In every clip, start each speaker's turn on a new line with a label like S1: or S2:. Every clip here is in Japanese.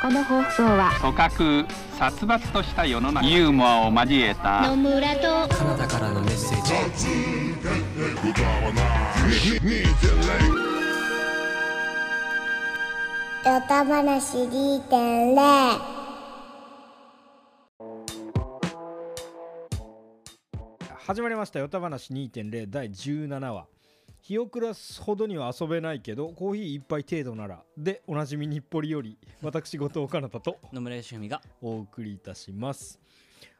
S1: この放送は
S2: 組閣殺伐とした世の中ユーモアを交えた
S3: 野村と
S4: カナダからのメッセージ
S5: ヨタ話2.0
S6: 始まりました「よた話2.0」第17話「日を暮らすほどには遊べないけどコーヒー一杯程度なら」でおなじみ日暮里より私後藤かなたと
S4: 野村芳文が
S6: お送りいたします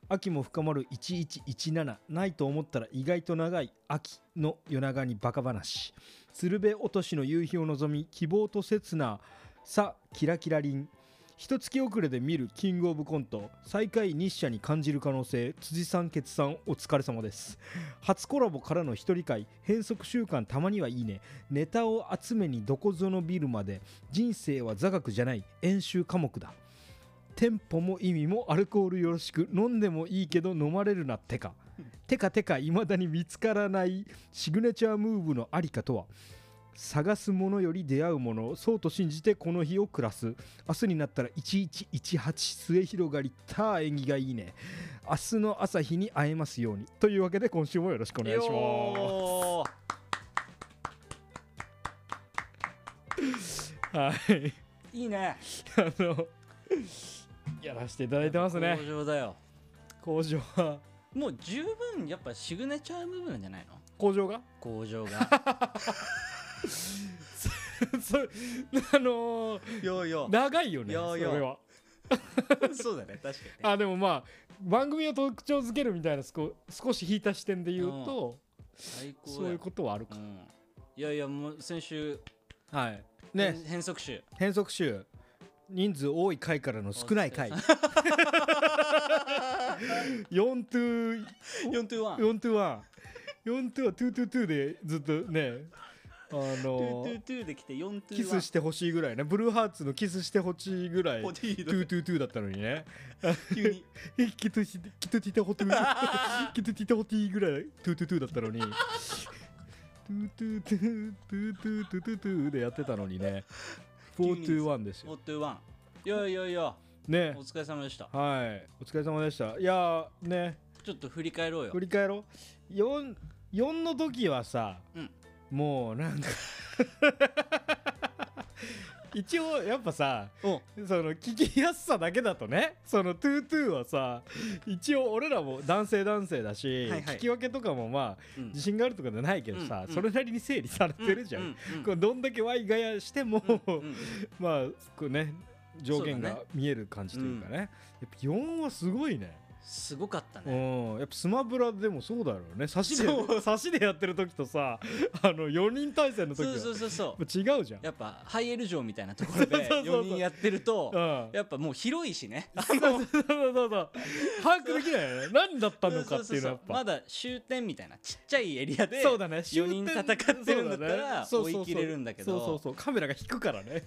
S6: 秋も深まる1117ないと思ったら意外と長い秋の夜長にバカ話鶴瓶落としの夕日を望み希望と刹那さキラキラリン一月遅れで見るキングオブコント最下位日射に感じる可能性辻さん決さんお疲れ様です初コラボからの一人会変則週間たまにはいいねネタを集めにどこぞのビルまで人生は座学じゃない演習科目だテンポも意味もアルコールよろしく飲んでもいいけど飲まれるなってかてかてかいまだに見つからないシグネチャームーブのありかとは探すものより出会うものそうと信じてこの日を暮らす明日になったら1118末広がりたー縁起がいいね明日の朝日に会えますようにというわけで今週もよろしくお願いしま
S4: よ
S6: すはい
S4: ーいいね
S6: あのやらせていただいてますね
S4: 工場だよ
S6: 工場は
S4: もう十分やっぱシグネチャームーブなんじゃないの
S6: 工場が
S4: 工場が
S6: そうあのー
S4: よよ
S6: 長いよね
S4: いやいや
S6: それは
S4: そうだね確かにね
S6: あでもまあ番組を特徴づけるみたいな少少し引いた視点で言うと、
S4: 最高だよ
S6: そういうことはある
S4: う
S6: か、
S4: んいやいやもう先週
S6: はい
S4: 変変則集
S6: 変則集人数多い回からの少ない 回4ト
S4: 4 to
S6: ゥ
S4: 1
S6: 4トゥワン4トゥワントゥトゥトゥでずっとねあのー
S4: 222で来て4 to 1
S6: キスしてほしいぐらいねブルーハーツのキスしてほしいぐらい
S4: ポ
S6: ト
S4: ティー
S6: ゥトゥトゥだったのにね
S4: ド急に
S6: キトシキトティタ ホトゥキトティタホティぐらいトゥトゥトゥだったのにトゥトゥトゥトゥトゥトゥトゥトゥでやってたのにね421ですよ
S4: 4 to 1いやいやいや
S6: ね
S4: お疲れ様でした
S6: はいお疲れ様でしたいやーね
S4: ちょっと振り返ろうよ
S6: 振り返ろう 4, 4の時はさ、
S4: うん
S6: もうなんか 一応やっぱさ
S4: うん
S6: その聞きやすさだけだとねそのトゥートゥーはさ一応俺らも男性男性だ
S4: は
S6: し、
S4: いはい
S6: 聞き分けとかもまあ
S4: うん
S6: 自信があるとかじゃないけど
S4: う
S6: さ、
S4: んうん
S6: それなりに整理されてるじゃん、
S4: うう
S6: こうどんだけワイガヤしても、
S4: うんうん
S6: まあこうね上限
S4: そう
S6: が
S4: だ
S6: 見える感じというかねやっぱ4はすごいね
S4: すごかった
S6: う
S4: ね
S6: んやっぱスマブラでもそうだろうね差しで
S4: そう
S6: 差しでやってる時とさあの4人対戦の時
S4: そう
S6: は
S4: そうそうそう
S6: やっぱ違うじゃん
S4: やっぱハイエル城みたいなところで
S6: そうそう そうそう
S4: 4人やってると
S6: うん
S4: やっぱもう広いしねあ
S6: そうそうそうそうそう把握できないよね何だったのかっていうのはやっぱ
S4: まだ終点みたいなちっちゃいエリアで
S6: そうだね
S4: 4人戦ってるんだったら
S6: そうだね
S4: 追い切れるんだけど
S6: そうそうそうカメラが引くからね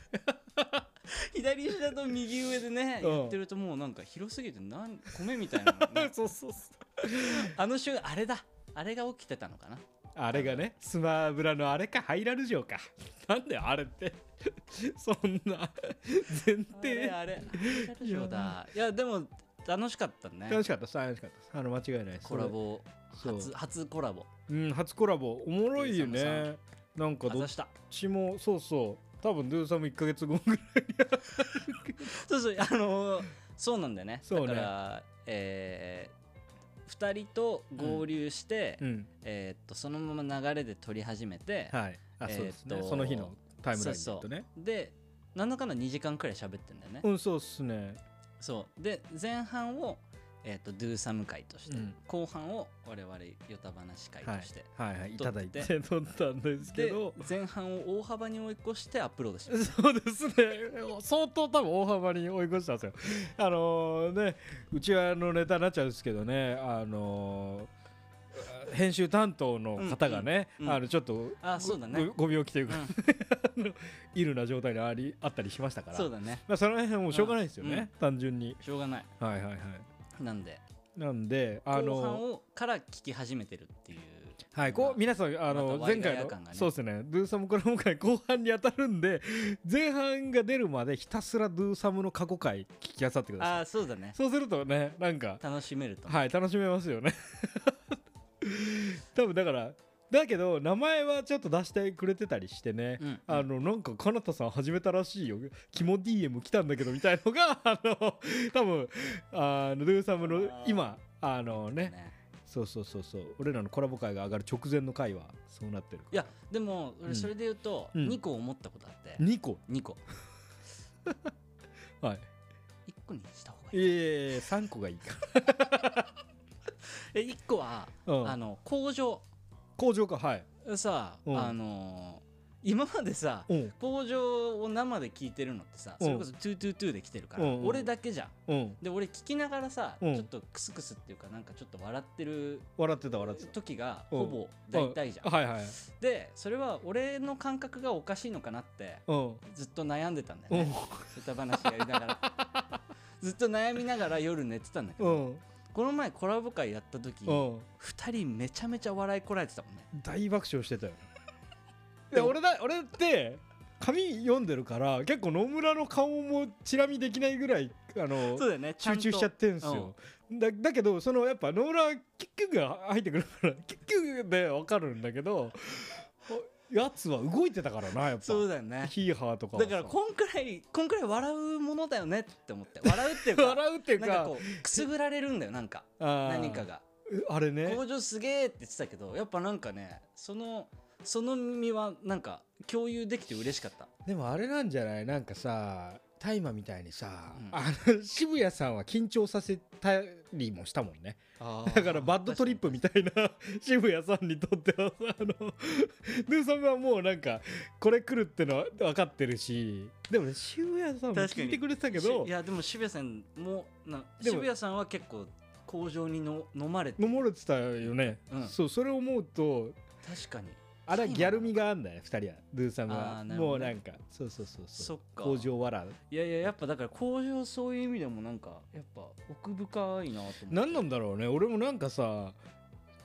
S4: 左下と右上でね
S6: うん
S4: やってるともうなんか広すぎてなん米みたいなのね
S6: そうそうそう
S4: あの瞬間あれだあれが起きてたのかな
S6: あれがねスマブラのあれかハイラル城かなんだよあれってそんな前
S4: あれあ
S6: 提
S4: れハイエル城だいやでも楽しかったね
S6: 楽しかったです楽しかったですあの間違いないです
S4: コラボ
S6: そう
S4: 初初コラボ
S6: うん初コラボおもろいよ
S4: ドゥー
S6: ねなんか
S4: か
S6: ど
S4: ざ
S6: っ
S4: した
S6: ちもそうそう多分ドゥーさんも1か月後ぐらい
S4: そうそうあのーそうなんだよね
S6: そうね
S4: だからえー、2人と合流して、
S6: ん
S4: えーっとそのまま流れで撮り始めて、
S6: はいあ
S4: えーっと
S6: そうですねその日のタイムラインだとね
S4: でなんだかんだ2時間くらい喋ってんだよね、
S6: うんそうっすね
S4: そうで前半をえーっとドゥーサム会として、
S6: うん
S4: 後半を我々ヨタ話会として、
S6: はいはいい
S4: 撮ったて
S6: だいて撮ったんですけ
S4: で
S6: ど
S4: 前半を大幅に追い越してアップロードしてます
S6: そうですね相当多分大幅に追い越したんですよ あのねうちはあのネタになっちゃうんですけどねあの編集担当の方がね、
S4: うんうんうん
S6: あのちょっと
S4: あそうだね
S6: ごご病気と いうか、
S4: う
S6: いるな状態にありあったりしましたか
S4: ん
S6: ら
S4: そうだね
S6: まあ、その辺はもうしょうがないですよね、
S4: うんうん
S6: 単純に
S4: しょうがない
S6: はいはいはい
S4: なんで
S6: なんであ
S4: 後半
S6: の
S4: をから聞き始めてるっていう
S6: はい、こう皆さんあの
S4: またワ
S6: 前
S4: イガ
S6: 回
S4: ヤ
S6: の、
S4: 感がね
S6: そうですねドゥーサムコラム会後半に当たるんで前半が出るまでひたすらドゥーサムの過去回聞きあさってくださ
S4: ああそうだね
S6: いそうするとねなんか
S4: 楽しめると
S6: はい楽しめますよね多分だからだけど名前はちょっと出してくれてたりしてね、
S4: うん
S6: あのなんかかなたさん始めたらしいよキモ DM 来たんだけどみたいのが あの多分あのドゥーサムの今あのね
S4: ね
S6: そうそうそうそう俺らのコラボ会が上がる直前の回はそうなってる
S4: いやでも
S6: う
S4: 俺
S6: ん
S4: それで言うと
S6: うん
S4: 2個思ったことあって
S6: 2個
S4: 2個
S6: はい
S4: 1個にした方がいい
S6: いえいえ3個がいいか
S4: え1個は
S6: うん
S4: あの工場
S6: 工場かはい
S4: さ
S6: うん
S4: あのー今までさ
S6: うん
S4: 工場を生で聞いてるのってさ
S6: うん
S4: それこそ「222」で来てるから
S6: うんうん
S4: 俺だけじゃん
S6: うん
S4: で俺聞きながらさち
S6: うん
S4: ょっとクスクスっていうかなんかちょっと笑ってる
S6: 笑ってた笑ってた
S4: 時が
S6: うん
S4: ほぼ大体じゃん
S6: はいはい
S4: でそれは俺の感覚がおかしいのかなって
S6: うん
S4: ずっと悩んでたんだ
S6: う
S4: よ
S6: ん
S4: ね歌話やりなが らずっと悩みながら夜寝てたんだけ
S6: う
S4: ど
S6: ん
S4: この前コラボ会やった時
S6: うん
S4: 2人めちゃめちゃ笑いこらえてたもんね
S6: 大爆笑してたよねで俺だ俺って紙読んでるから結構野村の顔もチラ見できないぐらいあの
S4: そうだよね
S6: 集中しちゃってんすよ、だだけどそのやっぱ野村はキュッキュッが入ってくるから キュッキュッで分かるんだけどおやつは動いてたからなやっぱ
S4: そうだよね
S6: ヒーハーとかは
S4: だか
S6: さ
S4: らこんくらいこんくらい笑うものだよねって思って笑うっていうか
S6: 笑うっていう
S4: な
S6: か
S4: んかこうくすぐられるんだよなんか
S6: あー
S4: 何かが
S6: あれね
S4: 工場すげえって言ってたけどやっぱなんかねそのその身はなんか共有できて嬉しかった
S6: でもあれなんじゃないなんかさ大麻みたいにさ、
S4: うん
S6: あの渋谷さんは緊張させたりもしたもんねだからバッドトリップみたいな渋谷さんにとってはさあのヌーさんはもうなんかこれ来るってのは分かってるしでもね渋谷さんも
S4: 確か
S6: 聞
S4: に
S6: いてくれてたけ
S4: し
S6: ど
S4: いやでも渋谷さんもな
S6: でも
S4: 渋谷さんは結構工場にの飲まれて
S6: 飲まれてたよね、
S4: うん
S6: そうそれを思うと
S4: 確かに
S6: あれはギャル味があんだよ2人はヌーさん
S4: あー
S6: は
S4: なるほ
S6: も
S4: ど
S6: う
S4: ね
S6: なんかそうそうそう
S4: そ
S6: そ
S4: っ
S6: う
S4: か
S6: 工場笑う
S4: いやいややっぱだから工場そういう意味でもなんかやっぱ奥深いなと思って
S6: 何なんだろうね俺もなんかさ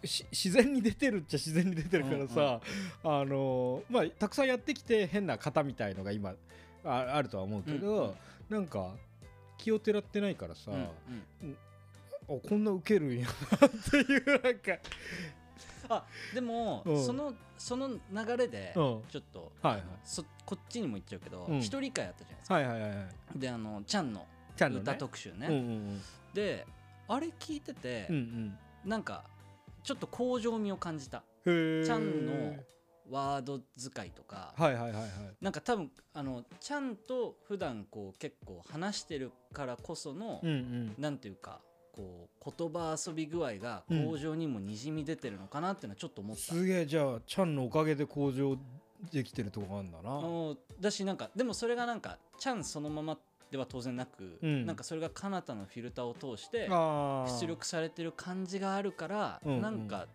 S6: し自然に出てるっちゃ自然に出てるからさ、あのまあたくさんやってきて変な型みたいのが今ああるとは思うけど、
S4: うんうん
S6: なんか気をてらってないからさ、
S4: うんうん
S6: あこんなウケるんやなっていうなんか、
S4: あでも
S6: うん
S4: そのその流れでち
S6: う
S4: ょ
S6: ん
S4: っと
S6: はいはい
S4: そこっちにも行っちゃうけど
S6: うん
S4: 一人会あったじゃないですか
S6: はいはいはいはい
S4: であのちゃんの
S6: ちゃんとね
S4: 歌特集
S6: うんう
S4: ね
S6: ん
S4: であれ聞いてて
S6: うんうん
S4: なんかちょっと向上味を感じた
S6: うんへえ
S4: ちゃんのワード使いとか
S6: はいはいはいはい
S4: なんか多分あのちゃんと普段こう結構話してるからこその、
S6: うんうん
S4: なんていうかこう言葉遊び具合が
S6: うん
S4: 向上にもにじみ出てるのかなっていうのはちょっと思った、
S6: すげえじゃあちゃんのおかげで工場できてるとこがあるんだな
S4: あのだしなんかでもそれがなんかちゃんそのままでは当然なく、
S6: うん
S4: なんかそれが彼方のフィルターを通して
S6: あー
S4: 出力されてる感じがあるから、
S6: うんうん
S4: なんか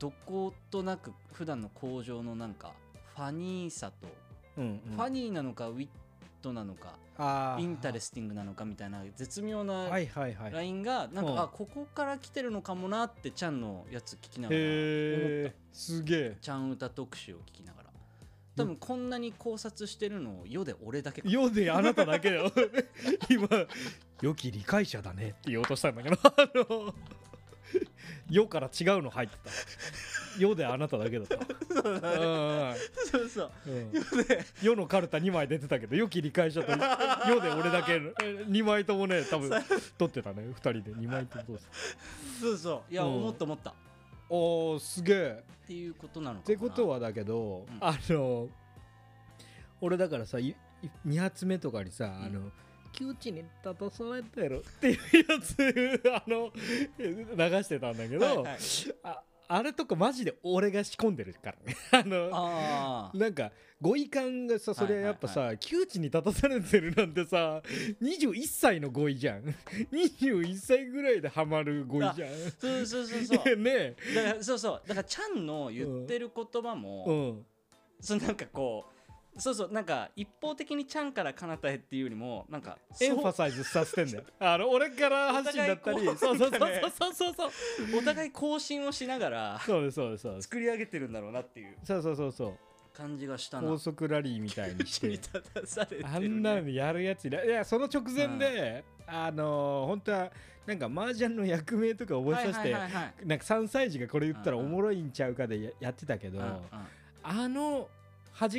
S4: どことなく普段の向上のなんかファニーさと、
S6: うんうん
S4: ファニーなのかウィットなのか
S6: あー
S4: インタレスティングなのかみたいな絶妙な
S6: はいはいはい
S4: ラインがなんか、
S6: うん
S4: あここから来てるのかもなってちゃんのやつ聞きながら
S6: へえすげえ
S4: ちゃん歌特集を聞きながら多分こんなに考察してるのを世で俺だけか
S6: 世であなただけ だよ今良き理解者だねって言おうとしたんだけどあの世から違うの入ってた世であなただけだったうん
S4: そうそう
S6: うん世のカルタ2枚出てたけど良き理解者と世で俺だけ2枚ともね多分取ってたね2人で2枚とも 取ってた
S4: そうそういや、
S6: うん
S4: 思った思ったっ
S6: おーすげえ
S4: ていうことなのか
S6: ってこと
S4: は
S6: はだけど、
S4: うん
S6: あの俺だからさいい二発目とかにさ、
S4: ん
S6: あの窮地に立たされてるっていうやつ あの流してたんだけど、
S4: はいはい
S6: ああれとかマジで俺が仕込んでるからね あの
S4: ああ
S6: なんか語彙感がさそれはやっぱさ、
S4: は
S6: 窮地に立たされてるなんてさ21歳の語彙じゃん21歳ぐらいでハマる語彙じゃん
S4: そうそうそうそう
S6: ねえ
S4: だからそうそうだからちゃんの言ってる言葉も、
S6: うん
S4: そのなんかこうそうそうなんか一方的にちゃんからかなたへっていうよりもなんか
S6: エンファ
S4: ス
S6: サイズさせてんだよあの俺から発信だったり
S4: そうそうそう
S6: なんかね
S4: そうそうそうそうお互い更新をしながら
S6: そうですそうですそうです
S4: 作り上げてるんだろうなっていう
S6: そうそうそうそう
S4: 感じがしたな
S6: 高速ラリーみたいにし
S4: 口に
S6: て
S4: 立たされてるね
S6: あんなのやるやついないいやその直前で、あのー本当はなんか麻雀の役名とか覚えさせ
S4: は
S6: て、
S4: いはいはいはい
S6: なんか3歳児がこれ言ったら
S4: う
S6: お
S4: んうん
S6: もろいんちゃうかでややってたけど、
S4: うんうん
S6: あの弾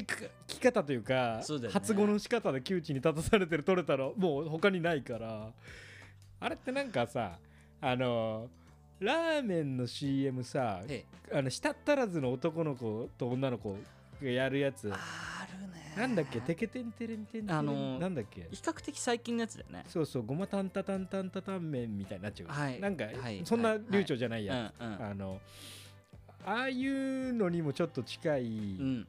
S6: き方というか
S4: そうだよね
S6: 発語の仕方で窮地に立たされてる取れたらもう他にないからあれってなんかさあのラーメンの CM さ
S4: で
S6: あの舌足らずの男の子と女の子がやるやつ
S4: あるね
S6: なんだっけテケテンテレンテンテレン
S4: あのー
S6: なんだっけ
S4: 比較的最近のやつだよね
S6: そうそうごまタンタタンタンタタン麺みたいになっちゃう、
S4: はい
S6: なんか、
S4: はい
S6: そんな
S4: はい
S6: 流暢じゃないや、
S4: うんうん
S6: あのああいうのにもちょっと近い、
S4: うん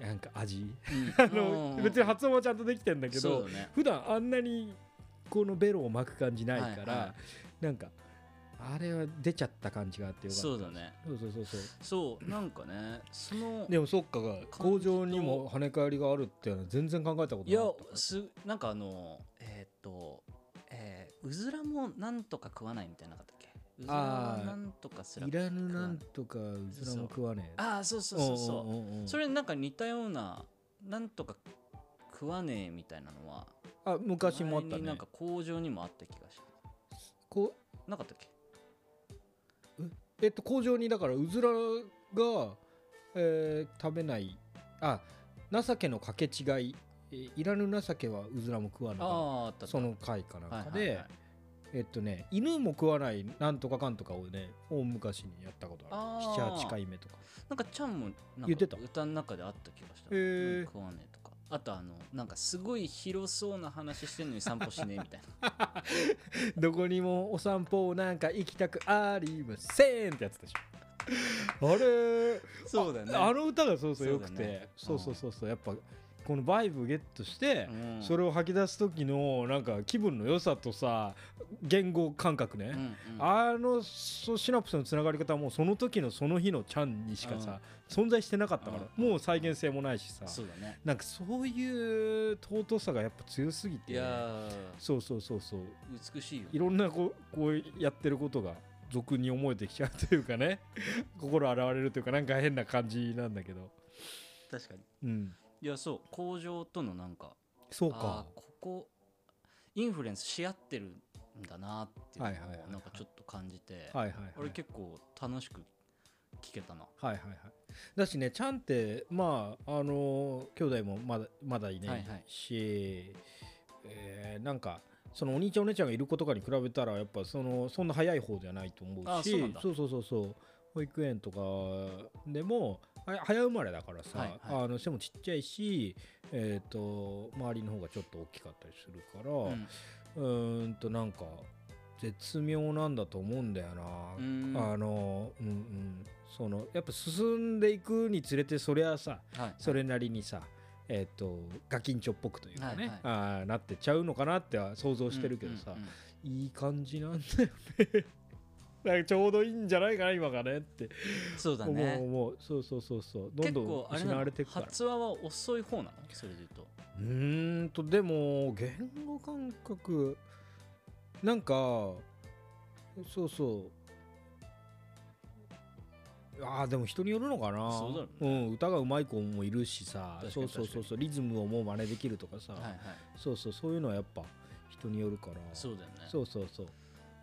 S6: なんか味
S4: うん
S6: あの
S4: うん
S6: 別に発音はちゃんとできてんだけ
S4: そう
S6: ど
S4: だね
S6: 普段あんなにこのベロを巻く感じない
S4: は
S6: から、
S4: いは
S6: なんかあれは出ちゃった感じがあってよかった
S4: そうだね
S6: そうそうそうそう
S4: そうなんかねその
S6: でもそっかが工場にも跳ね返りがあるっていうのは全然考えたこと
S4: い
S6: な
S4: や
S6: かったから
S4: すなんかあのえーっとえーうずらもなんとか食わないみたいなかったっけうずら
S6: あ
S4: は
S6: ー
S4: なんとかすら
S6: いらぬなんとかうずらも食わねえ
S4: ああそうそうそうそう
S6: うんうんうんうん
S4: それなんか似たようななんとか食わねえみたいなのは
S6: あ昔もあった
S4: 前にな
S6: ね
S4: んか工場にもあった気がしま
S6: こ
S4: すなかったっけ
S6: うえっと工場にだからうずらが、えー食べないあ情けのかけ違い、えーいらぬ情けはうずらも食わ
S4: あ
S6: な
S4: ああったあ
S6: い
S4: った
S6: その回かなんかで、
S4: はいはいはい
S6: えっとね犬も食わないなんとかかんとかをね大昔にやったことある
S4: あー
S6: 78回目とか
S4: なんかちゃんもなんか
S6: 言ってた
S4: 歌の中であった気がした
S6: へー
S4: なんか食わねえとかあとあのなんかすごい広そうな話してんのに散歩しねえみたい な
S6: どこにもお散歩なんか行きたくありませんってやつでしょあれ
S4: そうだよね
S6: あの歌がそうそうよく
S4: そうだ
S6: て
S4: ね
S6: そうそうそうそうやっぱこのバイブゲットして
S4: うん
S6: それを吐き出す時のなんか気分の良さとさ言語感覚
S4: う
S6: ね
S4: んうん
S6: あのそうシナプスのつながり方はもうその時のその日のちゃんにしかさ存在してなかったから
S4: うん
S6: もう再現性もないしさ
S4: そうだね
S6: なんかそういう尊さがやっぱ強すぎ
S4: い
S6: て
S4: や
S6: そうそうそうそう
S4: ー美しいよ
S6: いろんなこうこうやってることが俗に思えてきちゃうというかね 心洗われるというかなんか変な感じなんだけど、
S4: 確かに
S6: うん、
S4: いやそう工場とのなんか
S6: そう
S4: あ
S6: か
S4: ーここインフルエンスし合ってるんだなっていう
S6: はいはいはい
S4: の
S6: は
S4: を
S6: い
S4: なんかちょっと感じて
S6: はいはいはい
S4: 俺結構楽しく聞けたな
S6: はいはいはいだしねちゃんってまああのー兄弟もまだまだいな
S4: はいいはい
S6: し、えーなんかそのお兄ちゃんお姉ちゃんがいる子とかに比べたらやっぱそのそんな早い方ではないと思う
S4: あ
S6: し
S4: そうなんだ
S6: そうそうそうそう保育園とかでもは早生まれだからさ、
S4: はいは
S6: あのしてもちっちゃいし、えー、と周りの方がちょっと大きかったりするから、
S4: う
S6: うんーんとなんか絶妙なんだと思うんだよな、
S4: うーん
S6: あのうんうんそのやっぱ進んでいくにつれてそりゃさ
S4: はい
S6: それなりにさえっ、とガキンチョっぽくというか
S4: は
S6: ね、
S4: いはい
S6: あーなってちゃうのかなっては想像してるけどさ、
S4: うんうんうん
S6: いい感じなんだよね なんかちょうどいいんじゃないかな今がねって
S4: そうだ
S6: 思う
S4: ね
S6: 思うそうそうそうそうど
S4: 結
S6: んどん
S4: 構あれ
S6: 失
S4: な
S6: わ
S4: の
S6: れていくから
S4: 発話は遅い方なのそれで言うと
S6: うーんとでも言語感覚なんかそうそうああでも人によるのかな
S4: そうだよ
S6: ん、歌がうまい子もいるしさ
S4: 確かに
S6: そうそうそうそうリズムをもう真似できるとかさ、
S4: はいはい
S6: そうそうそういうのはやっぱ人によるから
S4: そうだよね
S6: そうそうそう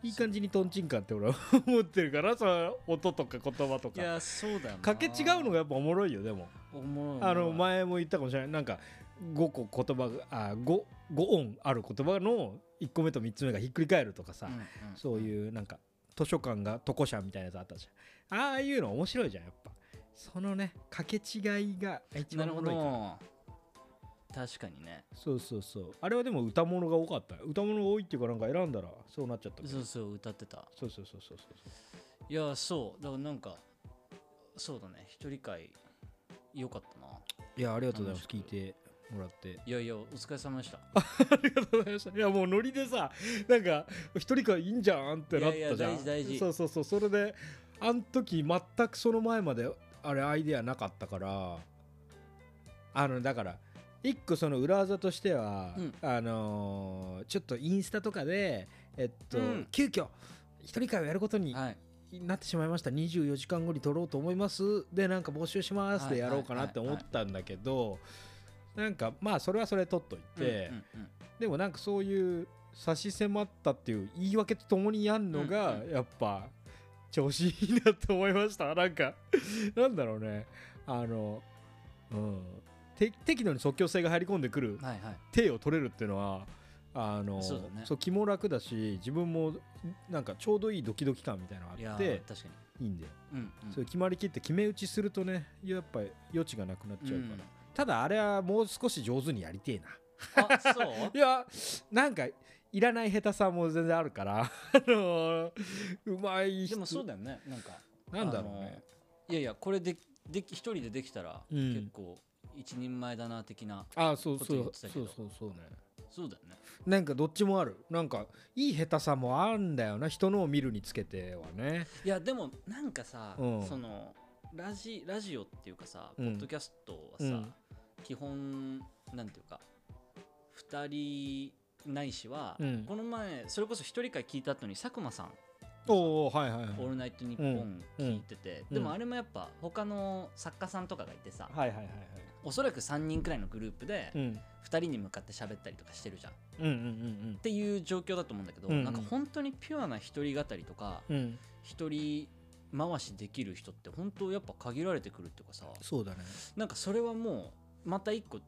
S6: いい感じにトンチンカンって俺は思ってるからその音とか言葉と
S4: い
S6: か
S4: やそうだよな
S6: かけ違うのがやっぱおもろいよでも
S4: おもろい
S6: あ
S4: お
S6: の
S4: もろい
S6: 前も言ったかもしれないなんか5個言葉があ 5, 5音ある言葉の1個目と3つ目がひっくり返るとかさ、
S4: うんうん
S6: そういうなんか図書館が床社みたいなやつあったじゃんああいうの面白いじゃんやっぱそのねかけ違いが一
S4: な
S6: 番
S4: る
S6: おも
S4: ほ
S6: ろいから
S4: ど確かにね
S6: そうそうそうあれはでも歌物が多かった歌物が多いっていうかなんか選んだらそうなっちゃったけど
S4: そうそう歌ってた
S6: そうそうそうそうそ
S4: い
S6: う
S4: やそうだからなんかそうだね一人会よかったない
S6: やありがとうございます
S4: 楽
S6: 聞い
S4: しく
S6: てもらって
S4: いやいやお疲れ様でした
S6: ありがとうございま した。いやもうノリでさ、なんか一人からいいんじゃんってなったじゃん。
S4: いやいや大事大事
S6: そうそうそう。それで、あの時全くその前まであれアイデアなかったから、あのだから一個その裏技としては、
S4: うん
S6: あのーちょっとインスタとかでえっと、
S4: うん
S6: 急遽一人会をやることに
S4: はい、
S6: なってしまいました、24時間後に撮ろうと思いますでなんか募集します
S4: はい
S6: でやろうかなって思ったんだけどなんかまあそれはそれ撮っといて、
S4: うんうんうん
S6: でもなんかそういう差し迫ったっていう言い訳とともにやんのが
S4: うんう
S6: やっぱ調子いいなと思いましたなんかなんだろうねあのうんて適度に即興性が入り込んでくる
S4: はいはい
S6: 手を取れるっていうのはあの
S4: そうだね
S6: そう気も楽だし自分もなんかちょうどいいドキドキ感みたいなの
S4: い
S6: があ
S4: や
S6: っ
S4: ー
S6: て
S4: 確かに
S6: いいんだよ、
S4: うんうん
S6: そういう決まりきって決め打ちするとねやっぱり余地がなくなっちゃうから、
S4: うん
S6: ただあれはもう少し上手にやりてえな
S4: あそう
S6: いやなんかいらない下手さも全然あるから あのーうまい
S4: で
S6: 人
S4: もそうだよねなんか
S6: なんだろうね
S4: あのいやいやこれででき一人でできたら
S6: うん
S4: 結構一人前だな的な、
S6: あそう
S4: こ
S6: そ
S4: と言
S6: う
S4: って
S6: そ
S4: た
S6: う
S4: け
S6: そう
S4: ど
S6: そうそうね
S4: そうだよね
S6: なんかどっちもあるなんかいい下手さもあるんだよな人のを見るにつけてはね
S4: いやでもなんかさ、
S6: うん
S4: そのラジラジオっていうかさ、
S6: うん
S4: ポッドキャストはさ、
S6: うん
S4: 基本なんていうか2人ないしは、
S6: うん
S4: この前それこそ一人会聞いた後に佐久間さん
S6: おおはいはいはい
S4: 「オールナイトニッポン」聞いてて、
S6: うん
S4: でもあれもやっぱ他の作家さんとかがいてさ、
S6: はいはいはいはい
S4: おそらく3人くらいのグループで
S6: うん
S4: 2人に向かって喋ったりとかしてるじゃんっ
S6: うんうん
S4: ていう状況だと思うんだけど、
S6: うんうん
S4: なんか本当にピュアな一人語りとか
S6: うんうん
S4: 一人回しできる人って本当やっぱ限られてくるっていうかさ
S6: そうだね
S4: なんかそれはもうまた一個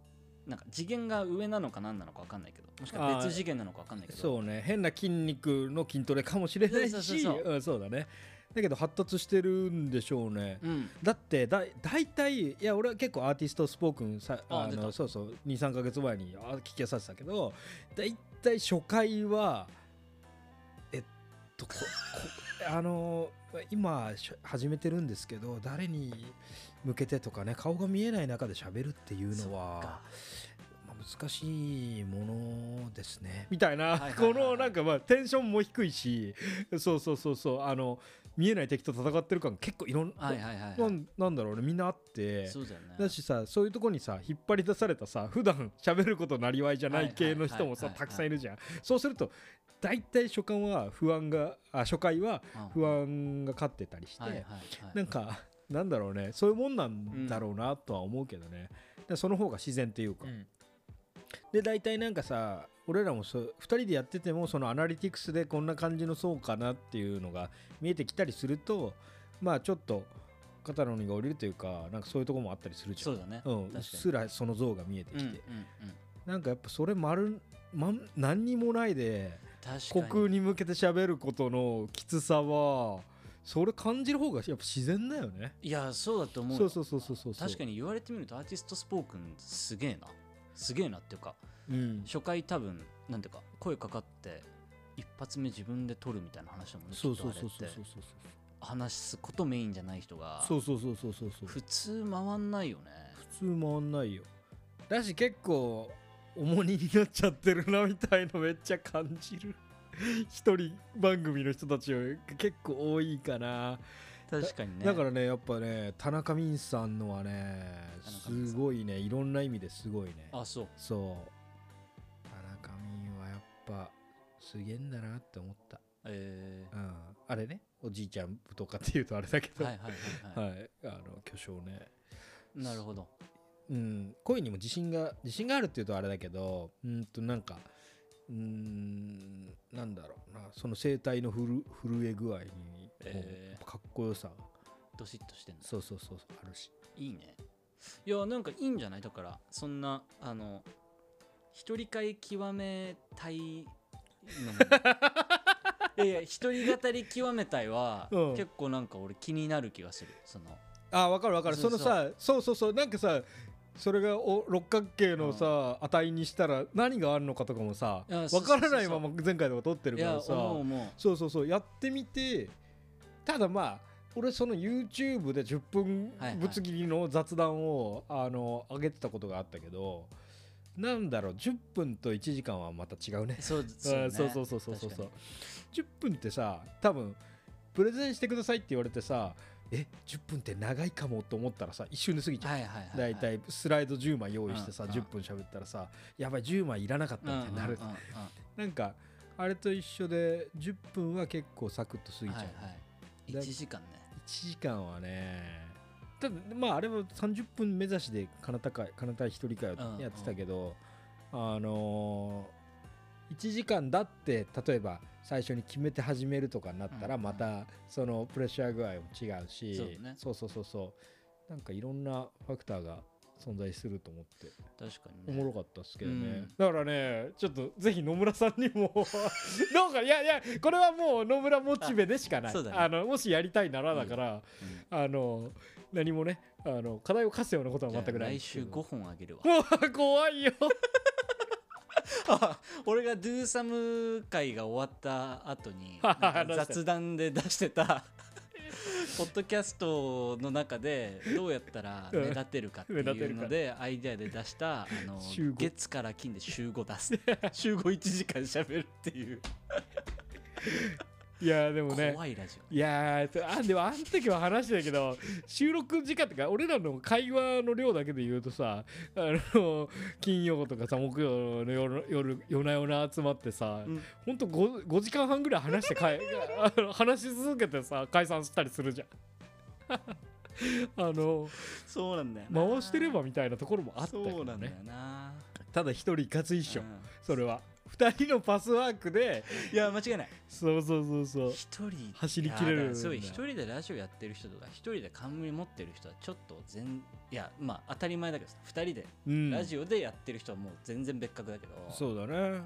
S4: なんか次元が上なのか何なのか分かんないけどもしくは別次元なのか分かんないけど
S6: そうね変な筋肉の筋トレかもしれないし
S4: そうそうそうそ
S6: うんそうだねだけど発達してるんでしょうね、
S4: うん
S6: だってだ大体いや俺は結構アーティストスポークンさ
S4: あ
S6: あ
S4: 出
S6: の
S4: た
S6: そうそう23か月前にあ聞きさせてたけど大体初回はえっとここ あの今し始めてるんですけど誰に向けてとかね顔が見えない中で喋るっていうの
S4: そっ
S6: は
S4: か。
S6: まあ難しいものですねみたい
S4: はい
S6: な、
S4: はいはいはい
S6: このなんかまあテンションも低いしそうそうそうそうあの見えない敵と戦ってる感結構いろん、
S4: はいはいはい、
S6: な
S4: はい、
S6: んなんだろうねみんなあって
S4: そうだよね
S6: だしさそういうとこにさ引っ張り出されたさ普段喋ることなりわいじゃな
S4: はい
S6: い
S4: はいはい
S6: 系の人も
S4: は
S6: さ
S4: いはい
S6: たくさんいるじゃんそうすると大体初回は不安があ初回は
S4: うん
S6: 不安が勝ってたりして、
S4: はいはいはい
S6: なんかなんだろうねそういうもんなんだろうなとは思うけどね、でその方が自然っていうか、
S4: うん
S6: で大体なんかさ俺らもそう2人でやっててもそのアナリティクスでこんな感じの層かなっていうのが見えてきたりするとまあちょっと肩の荷が下りるというかなんかそういうとこもあったりするじゃ
S4: そ
S6: ん
S4: うだね、
S6: うん、うっすらその像が見えて
S4: うん
S6: き
S4: う
S6: て、
S4: んうん
S6: なんかやっぱそれ丸、まん、何にもないで
S4: 確かに
S6: 国に向けて喋ることのきつさはそれ感じる方がやっぱ自然だよね
S4: いやそうだと思うよ
S6: そうそうそうそうそうそう
S4: 確かに言われてみるとアーティストスポークンすげえなすげえなっていうか
S6: うん
S4: 初回多分なんていうか声かかって一発目自分で撮るみたいな話だもんね
S6: そうそう
S4: きっ
S6: そ
S4: とあ
S6: うそ
S4: れっ
S6: う
S4: て
S6: そうそう
S4: 話すことメインじゃない人が
S6: そうそうそうそうそうそう
S4: 普通回んないよね
S6: 普通回んないよだし結構重荷になっちゃってるなみたいのめっちゃ感じる一人番組の人たちが結構多いかな
S4: 確かにね
S6: だからねやっぱね田中泯さんのはね
S4: 田中泯さん
S6: すごいねいろんな意味ですごいね
S4: あそう
S6: そう田中泯はやっぱすげえんだなって思った、
S4: え
S6: うん、あれねおじいちゃんとかっていうとあれだけ
S4: ー、
S6: ど
S4: はいはいはい、はい
S6: はい、あの巨匠ね
S4: なるほど
S6: うん、声にも自信が自信があるっていうとあれだけどうんとなんかうんなんだろうなその声帯のふる震え具合にも
S4: えー
S6: うかっこよさ、
S4: どしっとしてんの
S6: そうそうそうそうあるし
S4: いいねいやなんかいいんじゃないだからそんなあの一人会極めた いのもいやいや一人語り極めたいは、
S6: うん
S4: 結構なんか俺気になる気がするその
S6: あわかるわかる
S4: そ
S6: そ
S4: そ
S6: う
S4: う
S6: のさそうそうそうなんかさそれがお六角形のさ、値にしたら何があるのかとかもさ
S4: いや
S6: わ
S4: そうそうそう
S6: からないまま前回とか撮ってる
S4: い
S6: から
S4: や
S6: さ
S4: 思う思
S6: そうそうそうやってみてただまあ俺その YouTube で10分
S4: はいはい
S6: ぶつ切りの雑談を、あの上げてたことがあったけどなんだろう10分と1時間はまた違うね
S4: う そう
S6: そ,、
S4: そうう,、ね、
S6: そうそうそうそうそう
S4: 確かに
S6: 10分ってさ多分プレゼンしてくださいって言われてさえ10分って長いかもと思ったらさ一瞬で過ぎちゃう、
S4: はいはいはい、はい、
S6: 大体スライド10枚用意してさ、
S4: うん
S6: 10分喋ったらさやばい10枚いらなかっ
S4: うんうん
S6: た
S4: うん
S6: っ
S4: うん
S6: てなる、なんかあれと一緒で10分は結構サクッと過ぎちゃう、
S4: はいはい1時間ね
S6: 1時間はねただまああれは30分目指しで金田会金田一人会を
S4: うん
S6: やってたけど、あのー、1時間だって例えば最初に決めて始めるとかになったら
S4: うん
S6: またそのプレッシャー具合も違うし、
S4: そうだね
S6: そうそうそうそうなんかいろんなファクターが存在すると思って
S4: 確か
S6: お
S4: にね
S6: もろかったですけどね、
S4: うん
S6: だからねちょっとぜひ野村さんにも どうかいやいやこれはもう野村モチベでしかない
S4: あそうだね
S6: あのもしやりたいならだから、あの何もねあの課題を課すようなことは
S4: じゃ
S6: 全
S4: あ
S6: くないん
S4: 来
S6: ですけ
S4: 週
S6: ど
S4: 5本あげるわ
S6: もう怖いよ
S4: 俺が「ドゥサム」会が終わった後 に
S6: はは
S4: なんか
S6: 出して
S4: 雑談で出してた ポッドキャストの中でどうやったら目立てるかって
S6: 目立て
S4: いう
S6: るか
S4: のでアイデアで出したあの
S6: 週五
S4: 月から金で週5出 す週51時間しゃべるっていう
S6: いやでもね
S4: 怖いラジ
S6: いやーあでもあの時は話してたけど収録時間ってか俺らの会話の量だけで言うとさあの金曜とかさ木曜の夜夜夜な夜な集まってさ、
S4: うん
S6: ほんと 5, 5時間半ぐらい話してかえあの話し続けてさ解散したりするじゃん。 あの
S4: オそうなんだよな
S6: 回してればみたいなところもあったけどね
S4: そうなんだよな
S6: ただ一人いかついっしょ、
S4: うん
S6: それは二人のパスワークで
S4: いや間違いない
S6: そうそうそうそう
S4: 一人
S6: 走り切れる
S4: いやだか
S6: んだ
S4: らそう一人でラジオやってる人とか一人で冠持ってる人はちょっと全いやまあ当たり前だけどさ二人で
S6: うん
S4: ラジオでやってる人はもう全然別格だけど、
S6: そうだね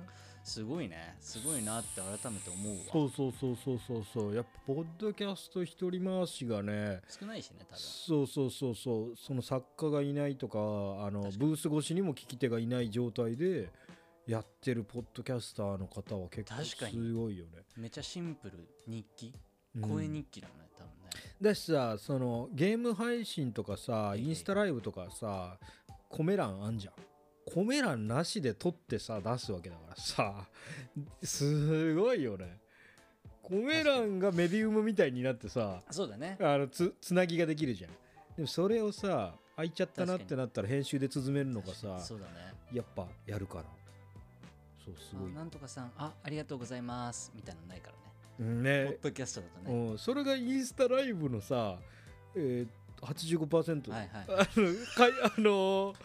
S4: すごいねすごいなって改めて思うわ
S6: そうそうそうそうそうそうやっぱポッドキャスト一人回しがね
S4: 少ないしね多分
S6: そうそうそうそうその作家がいないとかあ
S4: 確
S6: の
S4: かに
S6: ブース越しにも聞き手がいない状態でやってるポッドキャスターの方は結構
S4: 確かに
S6: すごいよね。
S4: めちゃシンプル日記
S6: うん
S4: 声日記だもんね多分ね
S6: だしさそのゲーム配信とかさ
S4: ええ
S6: インスタライブとかさコメ欄あんじゃん。コメ欄なしで撮ってさ出すわけだからさ すごいよね。コメ欄がメディウムみたいになってさ
S4: そうだね
S6: あのつつなぎができるじゃんでもそれをさ開いちゃったなっ
S4: 確
S6: て
S4: かに
S6: なったら編集で綴めるのがさ
S4: そうだね
S6: やっぱやるからそうすご
S4: あ
S6: い
S4: なんとかさんあありがとうございますみたいなのないからね
S6: うん
S4: ポッ
S6: ね、
S4: ドキャストだとね
S6: うん、それがインスタライブのさ、えー、85%、
S4: はいはい
S6: あの かいあのー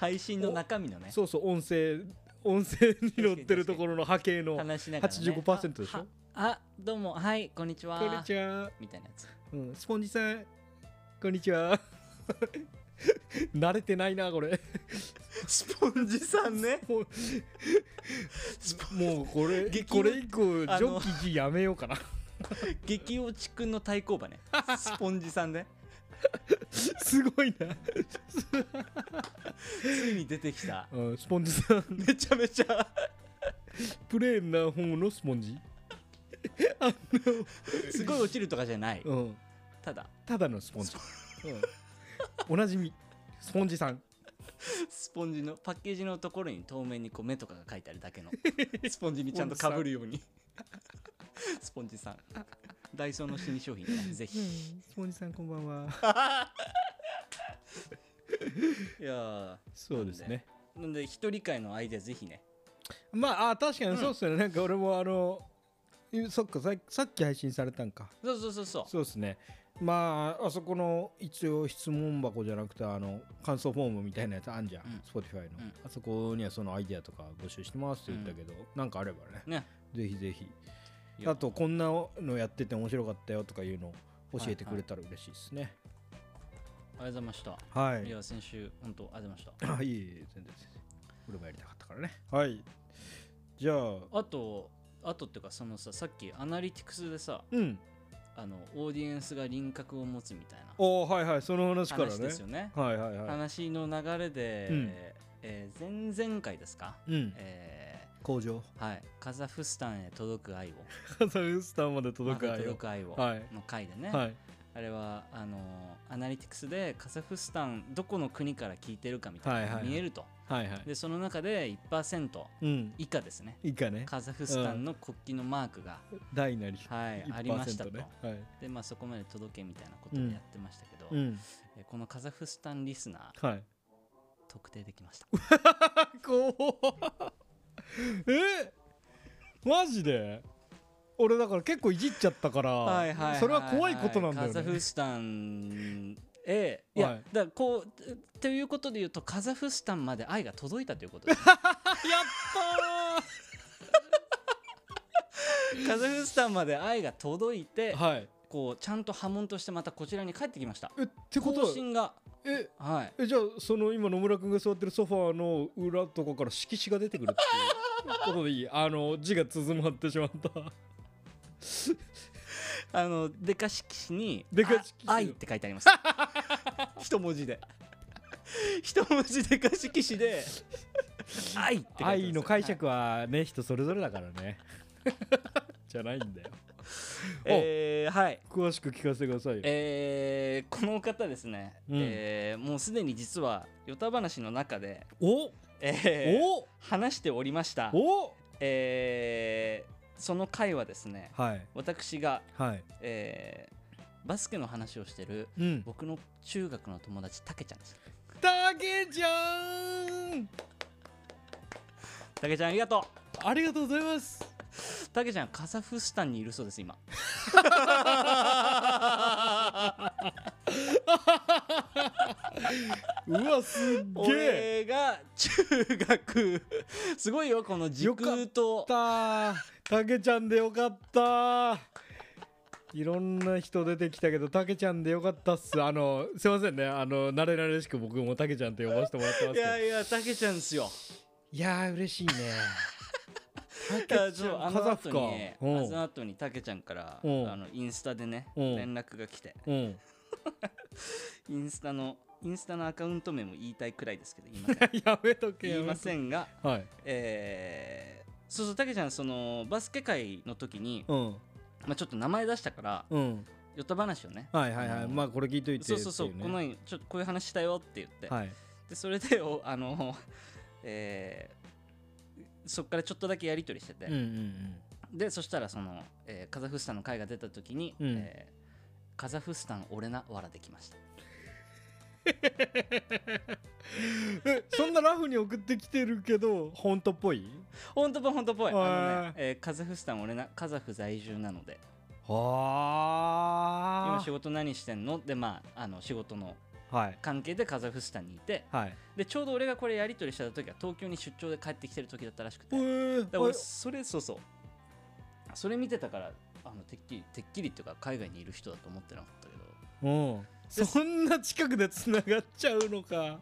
S4: 配信の中身のね
S6: そうそう音声音声に乗ってるところの波形のこんに
S4: 話しながら、ね、
S6: 85%でしょ
S4: あはあどうもはいこんにちは
S6: ちは、
S4: みたいなやつ
S6: うん、スポンジさんこんにちは慣れてないなこれ
S4: スポンジさんね
S6: もう
S4: スポ
S6: もうこれ
S4: 激
S6: これ以降
S4: あの
S6: ジョッキーやめようかな
S4: 激落ちくんの対抗馬ねスポンジさんね
S6: すごいな、
S4: ついに出てきた
S6: うん、スポンジさん
S4: めちゃめちゃ
S6: プレーンな方のスポンジ、
S4: すごい落ちるとかじゃない
S6: うん、
S4: ただ
S6: ただのスポンジ、うん、おなじみスポンジさん
S4: スポンジのパッケージのところに透明にこう目とかが書いてあるだ けのスポンジにちゃんとかぶるようにスポンジさんダイソーの新商品ねぜひ
S6: スポンジさんこんばんは
S4: いやー
S6: そうですね
S4: なんで一人会のアイデアぜひね
S6: まああ確かにそうっすよね、なんか俺もあのいそっかささっき配信されたんか
S4: そうそうそうそう
S6: そうですねまああそこの一応質問箱じゃなくてあの感想フォームみたいなやつあんじゃん、
S4: うん
S6: Spotify の、
S4: ん
S6: あそこにはそのアイデアとか募集してますって言ったけど、なんかあればね
S4: ね
S6: ぜひぜひあとこんなのやってて面白かったよとかいうの教えてくれたら嬉しいですね
S4: ありがとうございました
S6: はい
S4: いや先週本当ありがとうございまし
S6: あいえいえ全然全然俺もやりたかったからねはいじゃあ
S4: たあとあとっていうかそのささっきアナリティクスでさ
S6: うん
S4: あのオーディエンスが輪郭を持つみたいな
S6: おーはいはいその話からね
S4: 話ですよね
S6: はいはいは
S4: 話の流れで、
S6: うん
S4: えー前々回ですか、
S6: いうん
S4: え
S6: 工場
S4: ーはい、カザフスタンへ届く愛を
S6: カザフスタンまで届く
S4: ま
S6: わ
S4: だ
S6: よ
S4: 届く愛を
S6: はい
S4: の回でね、
S6: はい
S4: あれはあのアナリティクスでカザフスタンどこの国から聞いてるかみたいなの
S6: はいは
S4: が
S6: いはい
S4: 見えると、
S6: はいはい
S4: でその中で1%
S6: うん
S4: 以下ですね
S6: いいかね
S4: カザフスタンの国旗のマークが、
S6: 大なり
S4: はい、ありましたと、
S6: ねはい
S4: でまあそこまで届けみたいなことをやってましたけど、
S6: うん
S4: えこのカザフスタンリスナー
S6: はい
S4: 特定できました
S6: 怖っ えマジで俺だから結構いじっちゃったから、
S4: はいはいはいはい
S6: それは怖いことなんだ
S4: カ
S6: よ
S4: ザ
S6: ね
S4: フスタンええいや、
S6: はい
S4: だからこうということで言うとカザフスタンまで愛が届いたということ です
S6: やっ
S4: カザフスタンまで愛が届いて
S6: たーはい
S4: こうちゃんと波紋としてまたこちらに帰ってきました
S6: えってことは
S4: 更新が
S6: え
S4: はい
S6: えじゃあその今野村君が座ってるソファーの裏とかから色紙が出てくるっていうことでいいあの字が綴まってしまった
S4: あのデカ色紙に
S6: デカ色紙
S4: あ愛って書いてあ ります一文字で一文字デカ色紙で愛って書いてあります
S6: 愛の解釈はね、人それぞれだから ねじゃないんだよ
S4: えーはい
S6: 詳しく聞かせてくださいよ
S4: えーこの方ですね、
S6: うん
S4: えーもうすでに実はヨタ話の中で、
S6: お
S4: えー
S6: お
S4: 話しておりました、
S6: お
S4: えーその回はですね
S6: はい
S4: 私が、
S6: はい
S4: えーバスケの話をしてる
S6: うん
S4: 僕の中学の友達たけちゃんです
S6: たけちゃん
S4: たけちゃんありがと
S6: ありがとうございます
S4: うたけちゃんカザフスタンにいるそうです今
S6: うわすっげ
S4: 俺
S6: え
S4: が中学 すごいよこの時空と
S6: たたけちゃんでよかったいろんな人出てきたけどたけちゃんでよかったっすあのすいませんねあの慣れ慣れしく僕もたけちゃんって呼ばせてもらってます
S4: い
S6: けど
S4: やいやたけちゃんですよ
S6: いやー嬉しいね
S4: いやそうあの
S6: カザ
S4: 後に
S6: フか
S4: ねあ
S6: うん
S4: の後にたけちゃんからあ
S6: うん
S4: のインスタでね
S6: うん
S4: 連絡が来て
S6: うん
S4: インスタのインスタのアカウント名も言いたいくらいですけど言いま せん
S6: やめとけ
S4: 言いませ
S6: ん
S4: んが
S6: はい
S4: えーそうそうたけちゃんそのバスケ界の時に
S6: うん
S4: まあちょっと名前出したから
S6: うん
S4: ヨタ話をね
S6: はいはいは
S4: あ
S6: い
S4: の
S6: まあこれ聞いといてって
S4: そ
S6: いうね
S4: そうそうこの前ちょっとこういう話したよって言って
S6: はい
S4: でそれでおあの えーそっからちょっとだけやり取りしてて
S6: うんうん
S4: でそしたらその、えーカザフスタンの会が出た時に、
S6: うん
S4: えーカザフスタン俺なわらできました
S6: うんえそんなラフに送ってきてるけど本当っぽい
S4: 本当ぽい本当ぽいあの、
S6: へ
S4: ね
S6: ー
S4: えーカザフスタン俺なカザフ在住なので今
S6: は
S4: 仕事何してんのでまああの仕事の
S6: あはい
S4: 関係でカザフスタンにいて
S6: はい
S4: でちょうど俺がこれやり取りした時は東京に出張で帰ってきてる時だったらしくて
S6: え
S4: だか
S6: ー
S4: ら俺それそうそうそれ見てたからあのてっきりてっきりっていうか海外にいる人だと思ってなかったけど
S6: うんそんな近くでつながっちゃうのか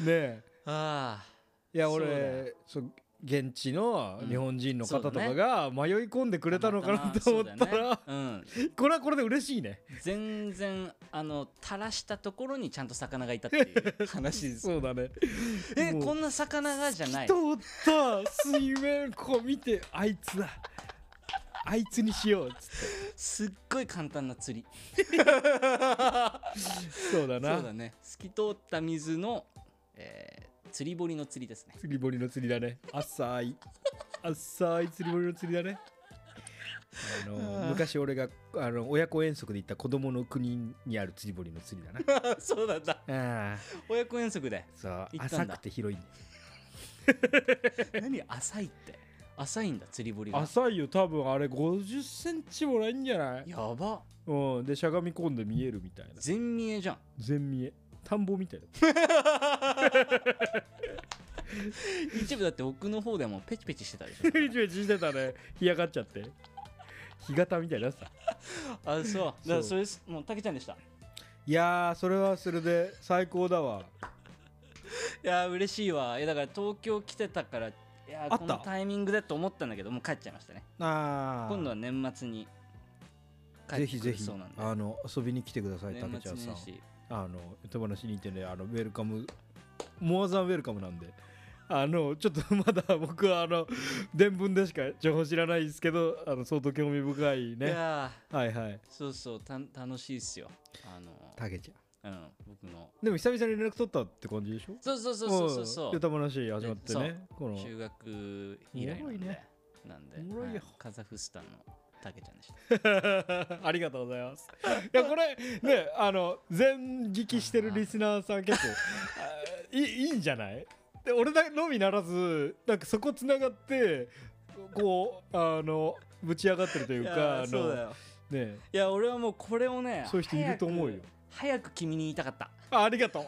S6: ねえ
S4: ああ
S6: いや
S4: そうだよ
S6: 俺そう現地の日本人の方と
S4: う
S6: か
S4: ん
S6: が迷い込んでくれたのかなと思った
S4: そうだよ
S6: ら
S4: ねうん、
S6: これはこれで嬉しいね
S4: 全然あの垂らしたところにちゃんと魚がいたっていう話です
S6: そうだね
S4: え
S6: もう
S4: こんな魚がじゃない
S6: 通った水面こう見てあいつだあいつにしようっつっ
S4: すっごい簡単な釣り
S6: てそうだ
S4: そう
S6: な
S4: だね透き通った水の、えー釣り堀の釣りですね
S6: 釣り堀の釣りだね浅い浅い釣り堀の釣りだねあの昔俺があの親子遠足で行った子供の国にある釣り堀の釣りだ な
S4: そうなんだ
S6: ああ
S4: 親子遠足で
S6: そう
S4: 行ったん
S6: 浅
S4: だ
S6: くて広いんだよ
S4: 何浅いって浅いんだ釣り堀が
S6: 浅いよ多分あれ50センチもないんじゃない
S4: やば
S6: うんでしゃがみ込んで見えるみたいな
S4: 全見えじゃん
S6: 全見え田んぼみたいな
S4: 一部だって奥の方でもペチペチしてたでし
S6: めちめちしてたね干上がっちゃって干潟みたいになさ
S4: ょあそうだからそれすもうたけちゃんでした
S6: いやーそれはそれで最高だわ
S4: いやー嬉しいわいやだから東京来てたからいや
S6: あ
S4: ー
S6: った
S4: このタイミングだと思ったんだけどもう帰っちゃいましたね
S6: あー
S4: 今度は年末に帰っ
S6: ぜ
S4: て
S6: ひ
S4: く
S6: ぜ
S4: る
S6: ひ
S4: そうなんで
S6: あの遊びに来てください竹
S4: 年
S6: ち
S4: 末
S6: ゃんさん
S4: 年始
S6: あの手放しに行ってねあのウェルカムモアザンウェルカムなんであのちょっとまだ僕はあの伝聞でしか情報知らないですけどあの相当興味深い
S4: い
S6: ね
S4: や
S6: はいはい
S4: ーそうそうた楽しいっすよあの
S6: たけちゃん
S4: うん僕の
S6: でも久々に連絡取ったって感じでしょ
S4: そうそうそうそうそうそ
S6: ん
S4: う
S6: 歌話始まって
S4: で
S6: ねこの
S4: 中学以来なん
S6: おもろい
S4: で、
S6: ね
S4: なんで
S6: おもろいよ
S4: はカザフスタンのタケちゃんでした
S6: ありがとうございます。いやこれねあの全聞きしてるリスナーさん結構あいいいんじゃないで俺だけのみならずなんかそこつながってこうあのぶち上がってるという
S4: いや
S6: かあ
S4: ーそうだ
S6: の
S4: よ
S6: ね
S4: いや俺はもうこれをね
S6: そういう人いると思うよ
S4: 早く早く君に言いたかった
S6: ああ りがとう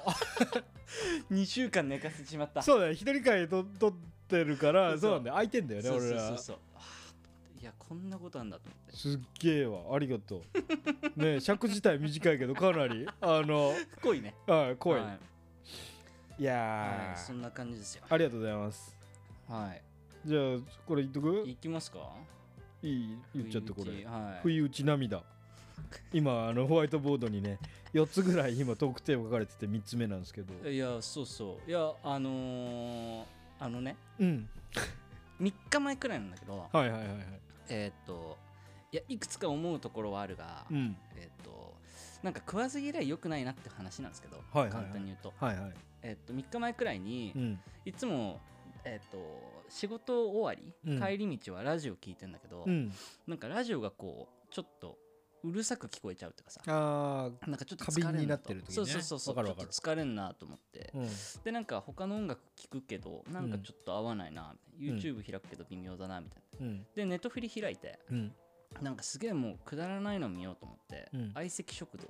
S4: 2週間寝かせてしまった
S6: そうだよ一人会と撮ってるから
S4: そう
S6: そうなんだよ空いてんだよね
S4: そうそう
S6: 俺
S4: そう
S6: ら
S4: そうはあと思っていやこんなことあんだと思って
S6: すっげえわありがとうね尺自体短いけどかなりあの
S4: 濃いね
S6: はい濃い
S4: はい
S6: いや
S4: はいそ
S6: ー
S4: んな感じですよ
S6: ありがとうございます
S4: はい
S6: じゃあこれ言っとく
S4: 行きますか
S6: いい言っちゃってこ
S4: 不意打
S6: れ
S4: はい
S6: 不意打ち涙今あのホワイトボードにね4つぐらい今トークテーマ書かれてて3つ目なんですけど
S4: いやそうそういやあのー、あのね
S6: うん
S4: 3日前くらいなんだけど
S6: はいはいはいはい
S4: えーっといやいくつか思うところはあるが、
S6: うん
S4: えーっとなんか食わず嫌い良くないなって話なんですけど、
S6: はいはいはい
S4: 簡単に言うと,、
S6: はいはい
S4: えーっと3日前くらいに、
S6: うん
S4: いつも、えーっと仕事終わり、
S6: うん
S4: 帰り道はラジオ聞いてんだけど、
S6: うん
S4: なんかラジオがこうちょっとうるさく聞こえちゃうとかさ
S6: あ
S4: なんかちょっと
S6: 過
S4: 疲れ
S6: 敏
S4: んな
S6: になっ
S4: と
S6: てる時ね
S4: そうそうそうそう
S6: わか
S4: ち
S6: る
S4: ょ
S6: わ
S4: っ
S6: か
S4: と
S6: る
S4: 疲れんなと思って
S6: ー、うん
S4: でなんか他の音楽聞くけどなんかちょっと合わないな、
S6: うん
S4: YouTube 開くけど微妙だなみたい
S6: うん
S4: なでネットフリ開いて
S6: うん
S4: なんかすげえもうくだらないの見ようと思って
S6: うん
S4: 相席食堂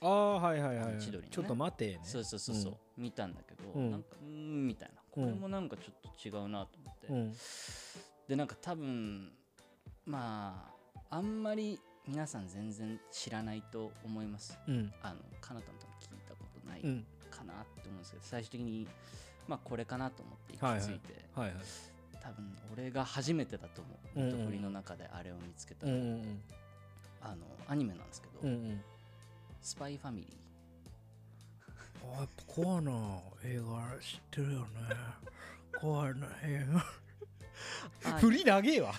S6: ああはいはいはい、はい
S4: 千鳥のね
S6: ちょっと待てね
S4: そうそうそうそう見たんだけど
S6: うん
S4: なんかうーんみたいなこれもなんかちょっと違うなと
S6: う
S4: 思って
S6: ん
S4: でなんか多分まああんまり皆さん全然知らないと思います
S6: うん
S4: あのかなたんとも聞いたことない
S6: うん
S4: かなって思うんですけど最終的にまあこれかなと思って行
S6: はいはい
S4: き着いて
S6: はいはい
S4: 多分俺が初めてだと思う
S6: うん
S4: ネ
S6: うん
S4: ットフリの中であれを見つけた
S6: うんうん
S4: あのアニメなんですけど
S6: うんうんうん
S4: スパイファミリー
S6: あやっぱコアな映画知ってるよねコアな映画
S4: あ
S6: 振り長えわ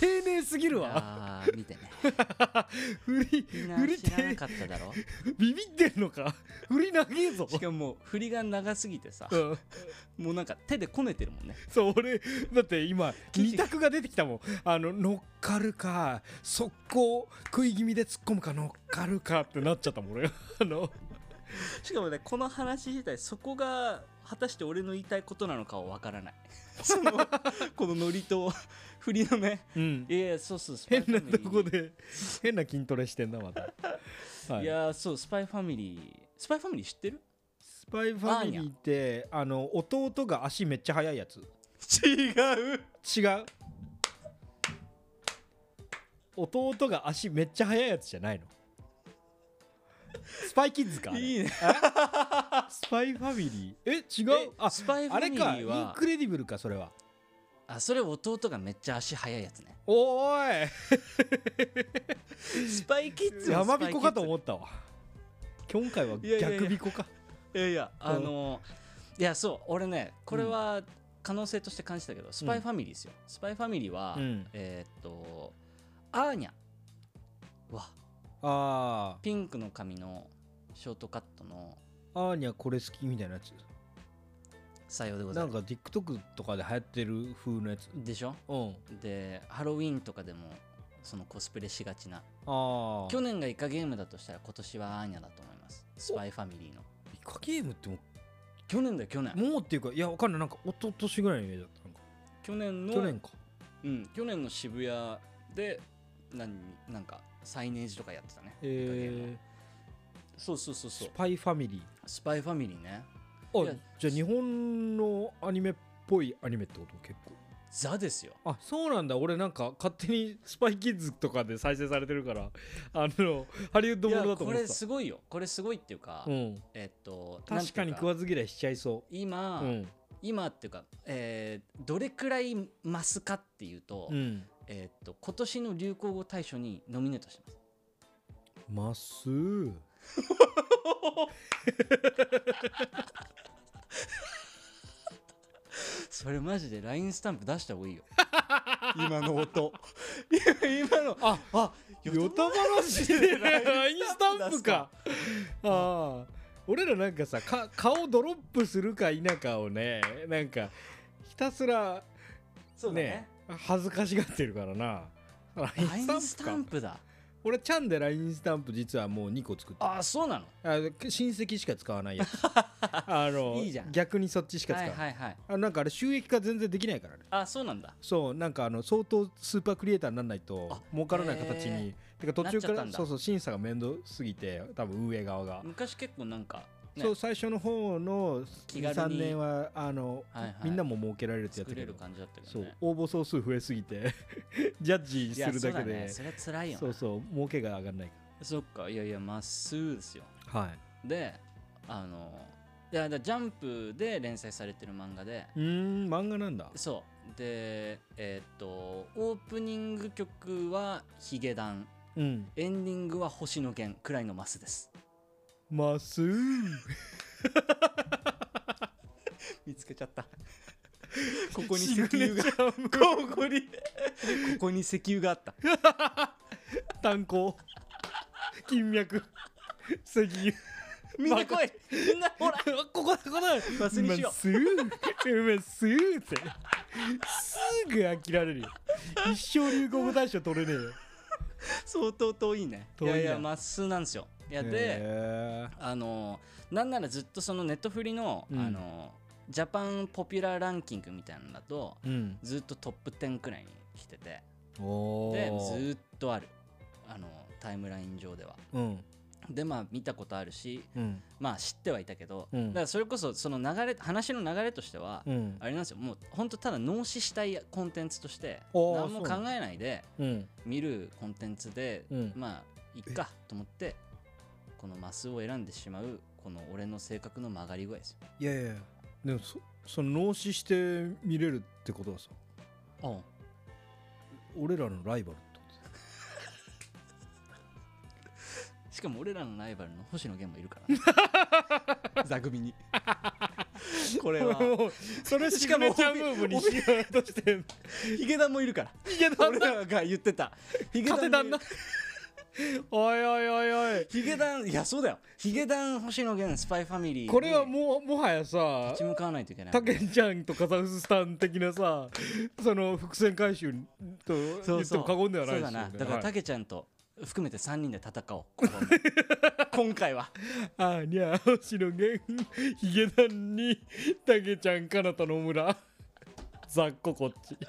S6: 丁寧すぎるわ
S4: あー見てね。
S6: 振り
S4: みんな
S6: 振り
S4: 知らな
S6: て
S4: かっただろ
S6: ビビってんのか振り長えぞ
S4: しかも振りが長すぎてさ
S6: う、ん、
S4: もうなんか手でこねてるもんね。
S6: そう俺だって今
S4: 記事
S6: 二択が出てきたもんあの乗っかるか速攻食い気味で突っ込むか乗っかるかってなっちゃったもん俺あの
S4: しかもね、この話自体、そこが果たして俺の言いたいことなのかはわから ない。その、このノリと振りのね、
S6: うん
S4: いやいや、そうそう、スパイ
S6: 変
S4: ファ
S6: な
S4: ミリー
S6: とこで変な筋トレしてんなまた、はい
S4: いやー、そう、スパイファミリー、スパイファミリー知ってる
S6: スパイファミリーってあの弟が足めっちゃ速いやつ
S4: 違う
S6: 違う弟が足めっちゃ速いやつじゃないのスパイキッズかあれ
S4: いいね。
S6: スパイファミリーえ違
S4: え
S6: うあ
S4: スパイフ
S6: あ
S4: ァ
S6: れ
S4: ミリ
S6: か
S4: ー
S6: イン
S4: は、
S6: クレディブルかそれは
S4: あ、それ弟がめっちゃ足速いやつね。
S6: おー
S4: スパイキッ
S6: い
S4: ズ
S6: や
S4: も
S6: ま
S4: スパ
S6: び
S4: イキッズ
S6: こかと思ったわ今回はい
S4: やいやいや
S6: 逆びこか
S4: いやいや
S6: うん
S4: あのいやそう俺ねこれは可能性として感じたけど、スパイファミリーですよスパイファミリーは、
S6: うん
S4: えーっとアーニャわ
S6: あ
S4: ピンクの髪のショートカットの
S6: ーアーニャこれ好きみたいなやつ
S4: 採用でござ
S6: ないん
S4: ます
S6: か TikTok とかで流行ってる風のやつ
S4: でしょ
S6: うん
S4: でハロウィンとかでもそのコスプレしがちな
S6: ああ
S4: 去年がイカゲームだとしたら今年はアーニャだと思いますスパイファミリーの
S6: イカゲームっても
S4: 去年だよ去
S6: う
S4: 年
S6: もうっていうかいやわかんないなんか一昨年ぐらいのイメージだったなんか
S4: 去年の
S6: 去年か
S4: うん、去年の渋谷で何なんかサイネージとかやってたねイカゲーム
S6: え
S4: そうそうそう
S6: ー、
S4: そう
S6: スパイファミリ
S4: スパイファミリーねい
S6: ー
S4: や
S6: あじゃあ日本のアニメっぽいアニメってこと結構
S4: ザですよ
S6: あそうなんだ俺なんか勝手にスパイキッズとかで再生されてるから あのハリウッド
S4: い
S6: も
S4: や
S6: のだ
S4: こ
S6: と思って
S4: れ
S6: た
S4: すごいよこれすごいっていうか、
S6: うん、
S4: えっと
S6: 確かに食
S4: なんていう
S6: わず嫌いしちゃいそ
S4: 今、
S6: ううん
S4: 今っていうか、えーどれくらい増すかっていうと,、
S6: うん
S4: えっと今年の流行語大賞にノミネートしてます
S6: まっすー
S4: それマジで LINE スタンプ出した方がいい よ今の音 今の
S6: あ
S4: あ
S6: よた話で LINE スタンプかああ俺らなんかさか顔ドロップするか否かをねなんかひたすら
S4: そうだね
S6: ね恥ずかしがってるからな LINE ス
S4: LINE ス
S6: タンプ
S4: タ
S6: か
S4: ンプだ
S6: 俺ちゃんで LINE スタンプ実はもう2個作ってる
S4: あそうなの
S6: あ親戚しか使わな いやつあの
S4: いいじゃん
S6: 逆にそっちしか使わ
S4: はい
S6: な
S4: は
S6: い、
S4: いはい
S6: あなんかあれ収益化全然できないからね
S4: あそうなんだ
S6: そうなんかあの相当スーパークリエイターにならない
S4: あ
S6: と儲からない形
S4: へ
S6: に、てか途中か
S4: なっちゃった
S6: ら
S4: んだ
S6: そうそう審査が面倒すぎて多分運営側が、
S4: 昔結構なんかね
S6: そう最初の方の
S4: 気軽に
S6: 23年はあの、
S4: はいはい
S6: みんなも儲けられるってや
S4: 作
S6: つ
S4: れ
S6: け
S4: る
S6: ど
S4: 感じだったけ
S6: そ
S4: ど
S6: う
S4: ね
S6: 応募総数増えすぎて ジャッジ
S4: い
S6: す
S4: や
S6: るだけ
S4: そう
S6: で
S4: ねそれは辛いよな
S6: そうそう儲けが上がらないか
S4: そっかいやいやまっすーですよ
S6: らはい
S4: であのいやだジャンプで連載されてる漫画で
S6: うーん漫画なんだ
S4: そうでえーっとオープニング曲はヒゲダン
S6: うん
S4: エンディングは星野源くらいのマスです
S6: まっすー
S4: 見つけちゃった ここに石油がここにここに石油があった
S6: 炭鉱金脈石油
S4: みんな来いみんなほら
S6: あここだここだ
S4: バスにしよう
S6: すぐ すぐってすぐ飽きられるよ一生流行語大賞取れねえよ
S4: 相当遠いね
S6: 遠いない
S4: やいやまっすーなんですよいやで、
S6: へ
S4: あのなんならずっとそのネットフリの,、
S6: うん
S4: あのジャパンポピュラーランキングみたいなのだと
S6: えうん
S4: ずっとトップ10くらいに来てて
S6: お
S4: でず
S6: ー
S4: ーっとあるあのタイムライン上では
S6: うん
S4: でまあ見たことあるし
S6: うん
S4: まあ知ってはいたけど、
S6: うん
S4: だからそれこそその流れ話の流れとしては、
S6: うん
S4: あれなんですよもう本当ただ脳死したいコンテンツとして
S6: おー
S4: 何も
S6: そう
S4: 考
S6: なの
S4: えないで
S6: うん
S4: 見るコンテンツで、
S6: うん
S4: まあいっかと思ってこのマスを選んでしまうこの俺の性格の曲がり具合ですよ。
S6: いやいやいやでもそその脳死して見れるってことはさ俺らのライバルってことだよ
S4: しかも俺らのライバルの星野源もいる から、ね、座組にこれは
S6: もう それしかもちゃんムーブにしようとしてん
S4: ヒゲダンもいるからヒゲダン俺らが言ってたヒゲ
S6: 勝て
S4: も
S6: たんだおいおいおいおい
S4: ヒゲダンいやそうだよヒゲダン星野源スパイファミリーに
S6: これはもうもはやさ
S4: 立ち向かわないといけない
S6: たけんちゃんとカザフスタン的なさその伏線回収と言っても過言ではないですよ、ね、
S4: そうだなだから
S6: は
S4: た
S6: い
S4: けちゃんと含めて3人で戦 おうここ今回は
S6: あーにゃー星野源ヒゲダンにたけちゃんかなたの村ざっここっちこ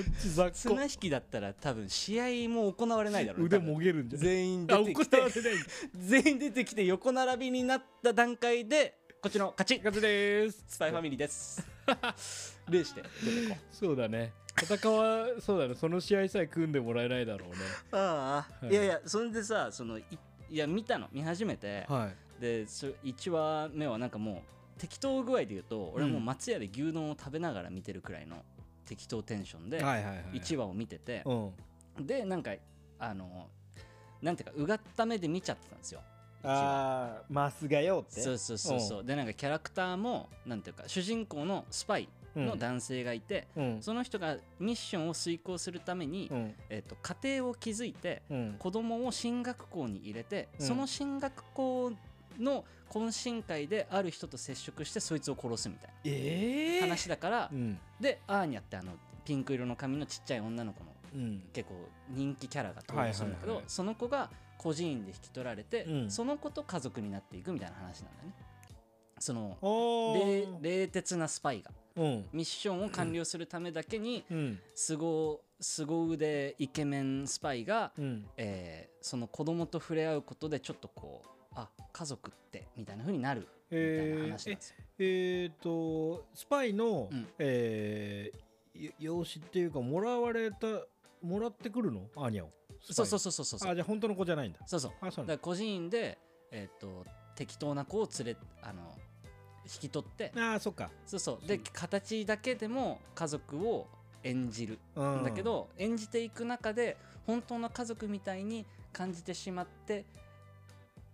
S6: っちざっこ
S4: 綱引きだったら多分試合も行われないだろうね
S6: 腕
S4: 多分
S6: もげるんじゃない
S4: 全員
S6: あ
S4: 出て
S6: 怒
S4: き
S6: ら
S4: て
S6: れない
S4: 全員出てきて横並びになった段階でこっちの勝ち
S6: 勝ちです
S4: スパイファミリーです礼して
S6: そうだね戦わそうだねその試合さえ組んでもらえないだろうね
S4: ああ、
S6: はい
S4: い、やいやそれでさそのいいや見たの見始めて、
S6: はい
S4: でそ1話目はなんかもう適当具合で言うと俺もう松屋で牛丼を食べながら見てるくらいの適当テンションで
S6: はいはいはい
S4: 1話を見てて、
S6: うん
S4: でなんかあのなんていうかうがった目で見ちゃってたんですよ一話
S6: ああマスがよって
S4: そうそうそうそうでなんかキャラクターもなんていうか主人公のスパイの男性がいて、
S6: うん
S4: その人がミッションを遂行するために、
S6: うん
S4: えっと家庭を築いて
S6: うん
S4: 子供を進学校に入れて、
S6: うん
S4: その進学校の懇親会である人と接触してそいつを殺すみたい
S6: ええ
S4: な話だから、
S6: うん
S4: でアーニャってあのピンク色の髪のちっちゃい女の子の
S6: うん
S4: 結構人気キャラが登場するんだけど、
S6: はいはいはい
S4: その子が孤児院で引き取られて、
S6: うん
S4: その子と家族になっていくみたいな話なんだね。その
S6: お
S4: 冷
S6: ー
S4: 冷徹なスパイが
S6: うん
S4: ミッションを完了するためだけに
S6: うん
S4: 凄凄腕イケメンスパイが
S6: うん
S4: えーその子供と触れ合うことでちょっとこうあ家族ってみたいな風になるみたいな話なん
S6: え
S4: です
S6: ー
S4: よ
S6: え、えーとスパイの、
S4: うん
S6: えーよ養子っていうかもらわれたもらってくるのアーニャを
S4: そうそう
S6: そ
S4: そうそうそう
S6: う
S4: そ
S6: あ
S4: う
S6: じゃあ本当の子じゃないんだ
S4: そうそうだ
S6: あそう
S4: か
S6: なん
S4: ら孤児院で、えー、と適当な子を連れあの引き取って
S6: だあーそっか、
S4: そうそうで
S6: そう
S4: 形だけでも家族を演じる
S6: うん
S4: んだけど、演じていく中で本当の家族みたいに感じてしまって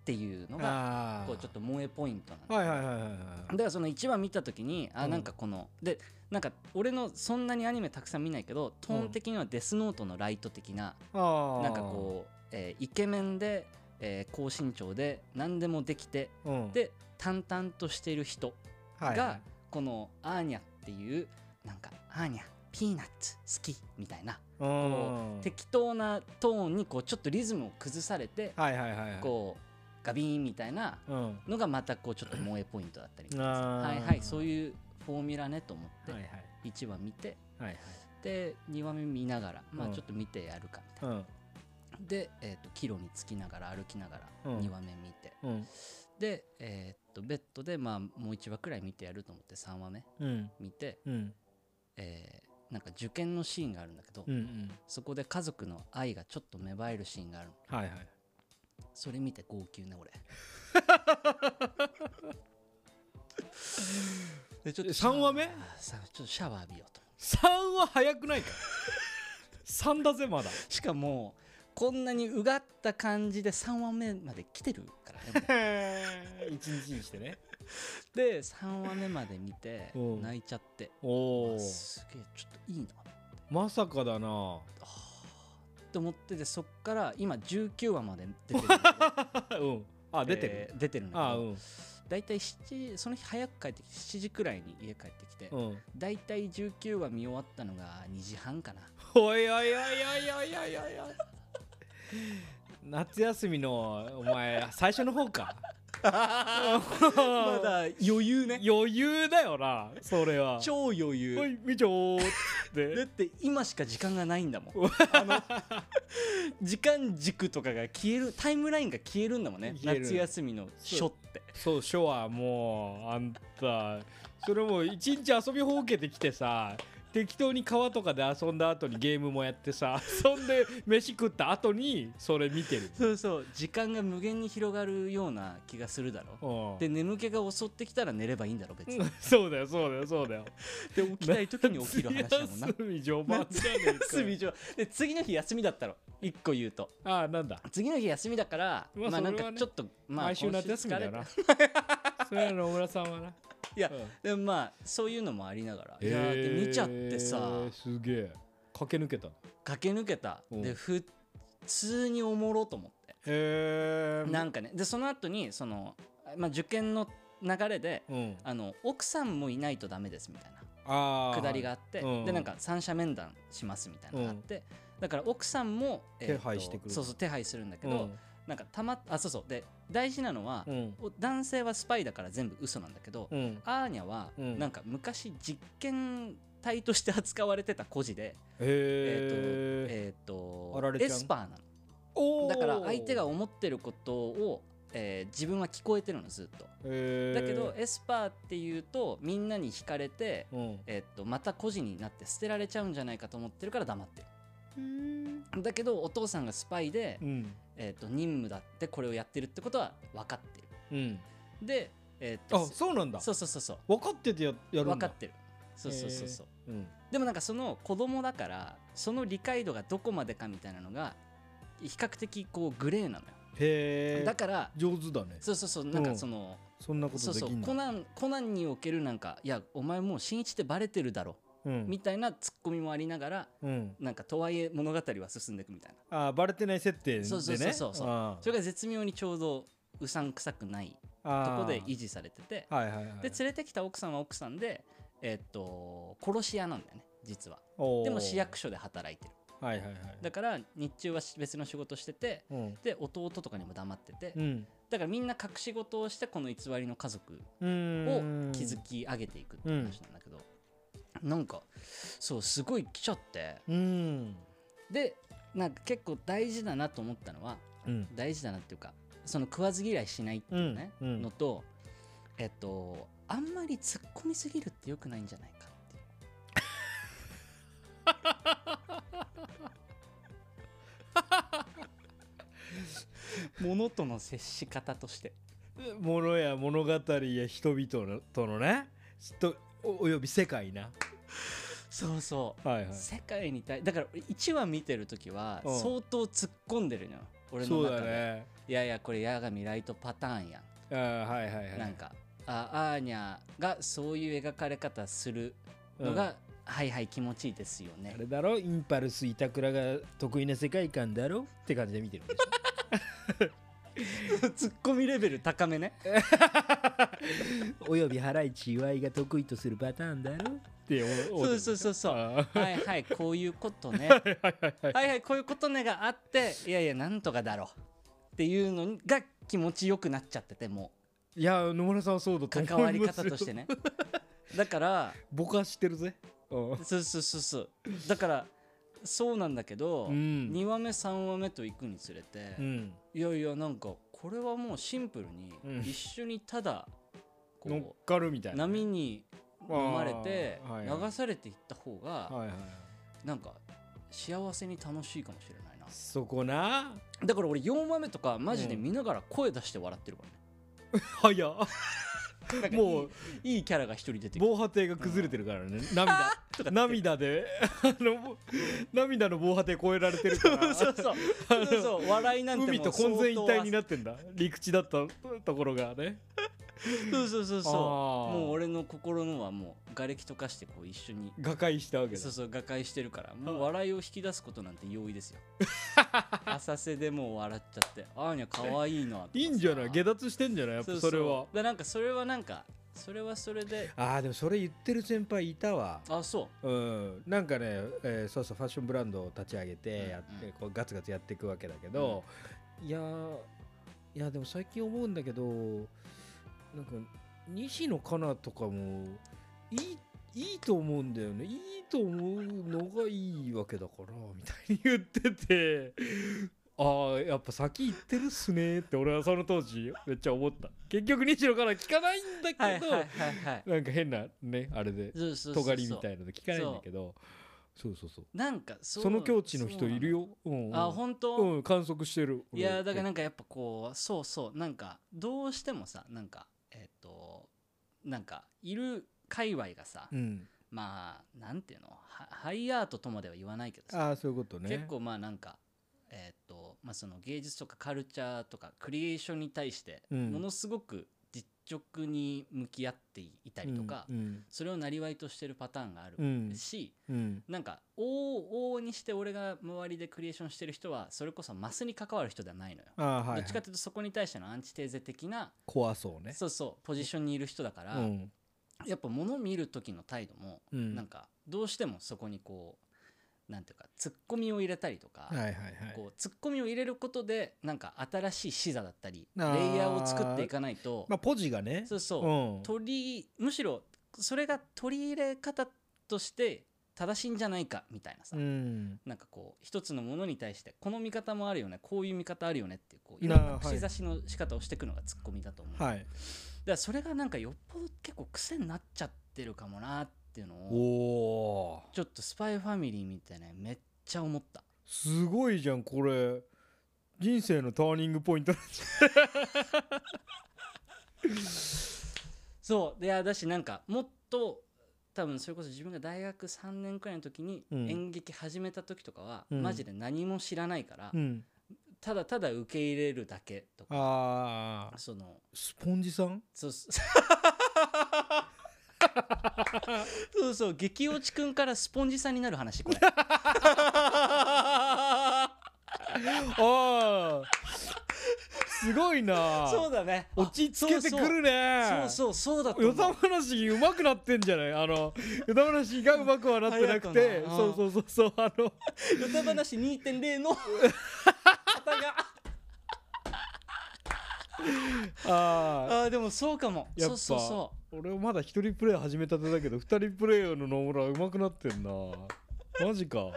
S4: っっていうのが
S6: あ
S4: こうちょっと萌えポイントなんです
S6: とはいはいはいはいはい
S4: だからその1話見た時にあ
S6: うん
S4: なんかこの、でなんか俺のそんなにアニメたくさん見ないけどトーン的にはデスノートのライト的な、
S6: あ
S4: なんかこう、えーイケメンで、えー高身長で何でもできて
S6: う、うん、
S4: で淡々としてる人
S6: はいはい
S4: がこのアーニャっていうなんかアーニャピーナッツ好きみたいな
S6: うん
S4: 適当なトーンにこうちょっとリズムを崩されて
S6: はいはいはいはい
S4: こうガビーンみたいな
S6: うんは
S4: のがまたこうちょっと萌えポイントだったりとかさ
S6: あー
S4: はいはいそういうフォーミュラねと思
S6: い
S4: っ
S6: はい
S4: て1話見て
S6: はいはい
S4: で2話目見ながらまあ
S6: うん
S4: ちょっと見てやるかみたい
S6: うん
S4: なでえーと帰路につきながら歩きながら
S6: うん
S4: 2話目見て
S6: うん
S4: でえーとベッドでまあもう1話くらい見てやると思って3話目
S6: うん
S4: 見て
S6: うん
S4: えーなんか受験のシーンがあるんだけど
S6: うんうん
S4: そこで家族の愛がちょっと芽生えるシーンがあるの
S6: はいはい
S4: それ見て号泣ね 俺でちょっとシャワー
S6: 3話目
S4: さちょっとシャワー浴びようと思
S6: ?3 は早くないか3だぜまだ
S4: うしかもこんなにうがった感じで3話目まで来てるからねもう
S6: 1日にしてね
S4: で3話目まで見て
S6: うん
S4: 泣いちゃって
S6: お
S4: あ
S6: お
S4: すげえちょっといいな
S6: まさかだな
S4: と思っててそっから今19話まで出 てるんだけど
S6: うんあ出てる
S4: えー出てるんだけど
S6: あうん
S4: 大体7その日早く帰ってきて7時くらいに家帰ってきて、
S6: うん
S4: 大体19話見終わったのが2時半かな
S6: おいおいおいおいおいおいおいおい夏休みのお前最初の方かま
S4: だ余裕
S6: 余裕だよなそれは
S4: 超余
S6: お
S4: 裕
S6: いみちょー っ
S4: だってて今しか時間がないんだ もんあの 時間軸とかが消えるタイムラインが消えるんだもんね
S6: 消える
S4: 夏休みの書って
S6: そうショはもうあんたそれもう一日遊びほうけてきてさ適当に川とかで遊んだ後にゲームもやってさ遊んで飯食った後にそれ見てる
S4: そうそう時間が無限に広がるような気がするだろ
S6: うん
S4: で眠気が襲ってきたら寝ればいいんだろ別に
S6: そうだよそうだよそうだよ
S4: で起きたい時に起きる話だも んな
S6: 夏休み序盤じゃねえかよ
S4: 休み上で次の日休みだったろ一個言うと
S6: ああなんだ
S4: 次の日休みだから
S6: まあ
S4: まあなん
S6: それは
S4: か
S6: ね
S4: ちょっとまあ
S6: 毎週
S4: 今
S6: 夏休み
S4: 疲れ
S6: だ
S4: た
S6: よなそれは野村さんはない
S4: や
S6: うん
S4: でもまあそういうのもありながらいやー
S6: へー
S4: で見ちゃってさ
S6: すげえ駆け抜けたへ
S4: 駆け抜けた
S6: うん
S4: で普通におもろと思って
S6: え
S4: なんかねでその後にその、まあ、受験の流れで
S6: うん
S4: あの奥さんもいないとダメですみたいな
S6: あー
S4: くだりがあって
S6: うん
S4: でなんか三者面談しますみたいなのがあってだから奥さんもえーと
S6: 手配してくる
S4: そうそう手配するんだけどなんかたまあそうそうで大事なのは
S6: うんうん
S4: お男性はスパイだから全部嘘なんだけど
S6: うん
S4: アーニャは
S6: うん
S4: なんか昔実験体として扱われてた孤児で、
S6: へ
S4: え
S6: え
S4: っ、
S6: あら
S4: と
S6: れちゃ
S4: エ
S6: ん
S4: スパーなの
S6: おー
S4: だから相手が思ってることを、えー自分は聞こえてるのずっと
S6: へー
S4: だけどエスパーっていうとみんなに惹かれて、
S6: うん
S4: えっとまた孤児になって捨てられちゃうんじゃないかと思ってるから黙ってるだけどお父さんがスパイで
S6: う、ん
S4: えー、と任務だってこれをやってるってことは分かってる
S6: うん
S4: で、えっと
S6: あそうなんだ
S4: そうそうそうそう
S6: 分かっててややるんだ
S4: 分かってるそうそうそうそう
S6: うん
S4: でもなんかその子供だからその理解度がどこまでかみたいなのが比較的こうグレーなのよ、
S6: へえ
S4: だから
S6: 上手だね
S4: そうそうそうなんかその、
S6: そんなこ
S4: そ
S6: と
S4: う
S6: で
S4: そ
S6: き
S4: うん
S6: だ
S4: コナンコナンにおけるなんかいやお前もう新一ってバレてるだろ、
S6: うん
S4: みたいなツッコミもありながら
S6: うん
S4: なんかとはいえ物語は進んでいくみたいな
S6: あーバレてない設定でね
S4: そうそうそうそうそう
S6: あー
S4: それが絶妙にちょうどうさんくさくないと
S6: あー
S4: こで維持されてて
S6: はいはいはい
S4: で連れてきた奥さんは奥さんでえっと殺し屋なんだよね実は
S6: おー
S4: でも市役所で働いてる
S6: はいはいはい
S4: だから日中は別の仕事してて
S6: うん
S4: で弟とかにも黙ってて
S6: うん
S4: だからみんな隠し事をしてこの偽りの家族
S6: う
S4: を
S6: ーん
S4: 築き上げていくって話なんだけど、なんかそうすごい来ちゃって
S6: うん
S4: でなんか結構大事だなと思ったのは
S6: うん
S4: 大事だなっていうかその食わず嫌いしないっていうね、
S6: うんうん
S4: のとえっとあんまり突っ込みすぎるってよくないんじゃないかっていうものとの接し方として
S6: 物や物語や人々とのねとおおよび世界な
S4: そうそう
S6: はいはい
S4: 世界に対だから1話見てる時は
S6: うん
S4: 相当突っ込んでるのよ俺の
S6: そう
S4: 中
S6: だ
S4: で、
S6: ね
S4: いやいやこれ矢神ライトパターンやん
S6: あーはいはいはい
S4: なんかあアーニャがそういう描かれ方するの
S6: うん
S4: が、はいはい気持ちいいですよね
S6: あれだろインパルス板倉が得意な世界観だろって感じで見てるんでしょ
S4: ツッコミレベル高めね
S6: およびハライチ岩井が得意とするパターンだろって思
S4: そうそうそうそう
S6: あ
S4: はいはいこういうことねはいはいこういうことねがあっていやいやなんとかだろうっていうのが気持ちよくなっちゃってても
S6: いや野村さんはそうだ
S4: う
S6: と思います
S4: 関わり 方としてねだから
S6: ぼかしてるぜうん
S4: そうそうそうそうだからそうなんだけど、
S6: うん
S4: 2話目3話目と行くにつれて、
S6: うん
S4: いやいやなんかこれはもうシンプルに、
S6: うん
S4: 一緒にただ
S6: 乗っ
S4: こ
S6: かるみたいうな
S4: 波に飲まれて
S6: あーはいはい
S4: 流されていった方が
S6: はいはい
S4: なんか幸せに楽しいかもしれないな
S6: そこな
S4: だから俺4話目とかマジで
S6: うん
S4: 見ながら声出して笑ってるからね、
S6: 早っ
S4: なんかいい
S6: もう
S4: いいキャラが一人出てくる
S6: 防波堤が崩れてるからね涙
S4: とか
S6: 涙であのもう涙の防波堤越えられてるから
S4: そうそうそうそうそう笑いなんてもう
S6: 海と混然一体に
S4: な
S6: なってんだ陸地だったところがね
S4: そうそうそうそう
S6: あー
S4: もう俺の心のはもう瓦礫とかしてこう一緒に
S6: 瓦解したわけだ
S4: そうそう瓦解してるからもう笑いを引き出すことなんて容易です よ浅瀬でもう笑っちゃってあーにゃ可愛いなとかさ
S6: いいんじゃない下脱してんじゃないやっぱそれは
S4: ううだなんかそれはなんかそれはそれで
S6: ああでもそれ言ってる先輩いたわ
S4: あそ
S6: うん、なんかね、えーそうそうファッションブランドを立ち上げてやって、
S4: うんうん
S6: こうガツガツやっていくわけだけど、いやーいやでも最近思うんだけどなんか西野カナとかもいいいいと思うんだよねいいと思うのがいいわけだからみたいに言っててああやっぱ先行ってるっすねって俺はその当時めっちゃ思った結局西野カナ聞かないんだけ
S4: う
S6: ど、
S4: はいはいはいはい
S6: なんか変なねあれで
S4: そうそうそう
S6: 尖
S4: そう
S6: りみたいなの聞かないんだけどそうそうそう
S4: なんか
S6: そ
S4: そう
S6: の境地の人いるようん
S4: そううんなのあ本当、
S6: うん観測してる
S4: いやだからなんんかやっぱこうそうそうなんかどうしてもさなんかえっ、となんかいる界隈がさ、
S6: うん
S4: まあなんていうのハハイアートとまでは言わないけどさ
S6: ああそういうことね
S4: 結構まあなんかえっ、とまあその芸術とかカルチャーとかクリエーションに対して
S6: うん
S4: ものすごく実直に向き合っていたりとか、
S6: うん
S4: それをなりわいとしてるパターンがあ
S6: う
S4: る
S6: ん
S4: し、
S6: うん
S4: なんか往々にして俺が周りでクリエーションしてる人はそれこそマスに関わる人ではないのよ。
S6: ああはい
S4: どっちかというとそこに対してのアンチテーゼ的な、
S6: 怖そうね
S4: そうそうポジションにいる人だから、
S6: うん
S4: やっぱ物見る時の態度も、
S6: うん
S4: なんかどうしてもそこにこうなんていうかツッコミを入れたりとか、
S6: はいはいはい
S4: こうツッコミを入れることでなんか新しい視座だったり
S6: あ
S4: レイ
S6: ー
S4: ヤーを作っていかないと、
S6: まあポジがね
S4: そうそう、
S6: うん
S4: 取りむしろそれが取り入れ方として正しいんじゃないかみたいなさ、
S6: うん
S4: なんかこう一つのものに対してこの見方もあるよねこういう見方あるよねっていうこうい
S6: な
S4: ろ
S6: あ
S4: んな
S6: はい
S4: 串刺しの仕方をしていくのがツッコミだと思う、だか
S6: はい
S4: らそれがなんかよっぽど結構癖になっちゃってるかもなっていうの
S6: お
S4: を
S6: お
S4: ちょっと「スパイファミリー」見てねめっちゃ思った
S6: すごいじゃんこれ人生のターニングポイント
S4: そういやだしなんかもっと多分それこそ自分が大学3年くらいの時に
S6: うん
S4: 演劇始めた時とかは、
S6: うん
S4: マジで何も知らないから、
S6: うん
S4: ただただ受け入れるだけとか
S6: ああ
S4: その
S6: スポンジさん
S4: そうそうそうそう激落ちくんからスポンジさんになる話 これ
S6: ああ すごいな
S4: そうだね
S6: 落ち着けてくるね
S4: あそうそうそうそうだと思
S6: 与
S4: う
S6: 田話うまくなってんじゃないあの与田話がうまくはなってなく
S4: あり
S6: て
S4: がとうな
S6: そうそうそうそう あの
S4: ヨタ話2.0の方が
S6: ああ
S4: あーでもそうかも
S6: やっ
S4: そう
S6: ぱ
S4: そうそう
S6: 俺まだ一人プレイ始めたてだけど二人プレイの野村うまくなってんなマジか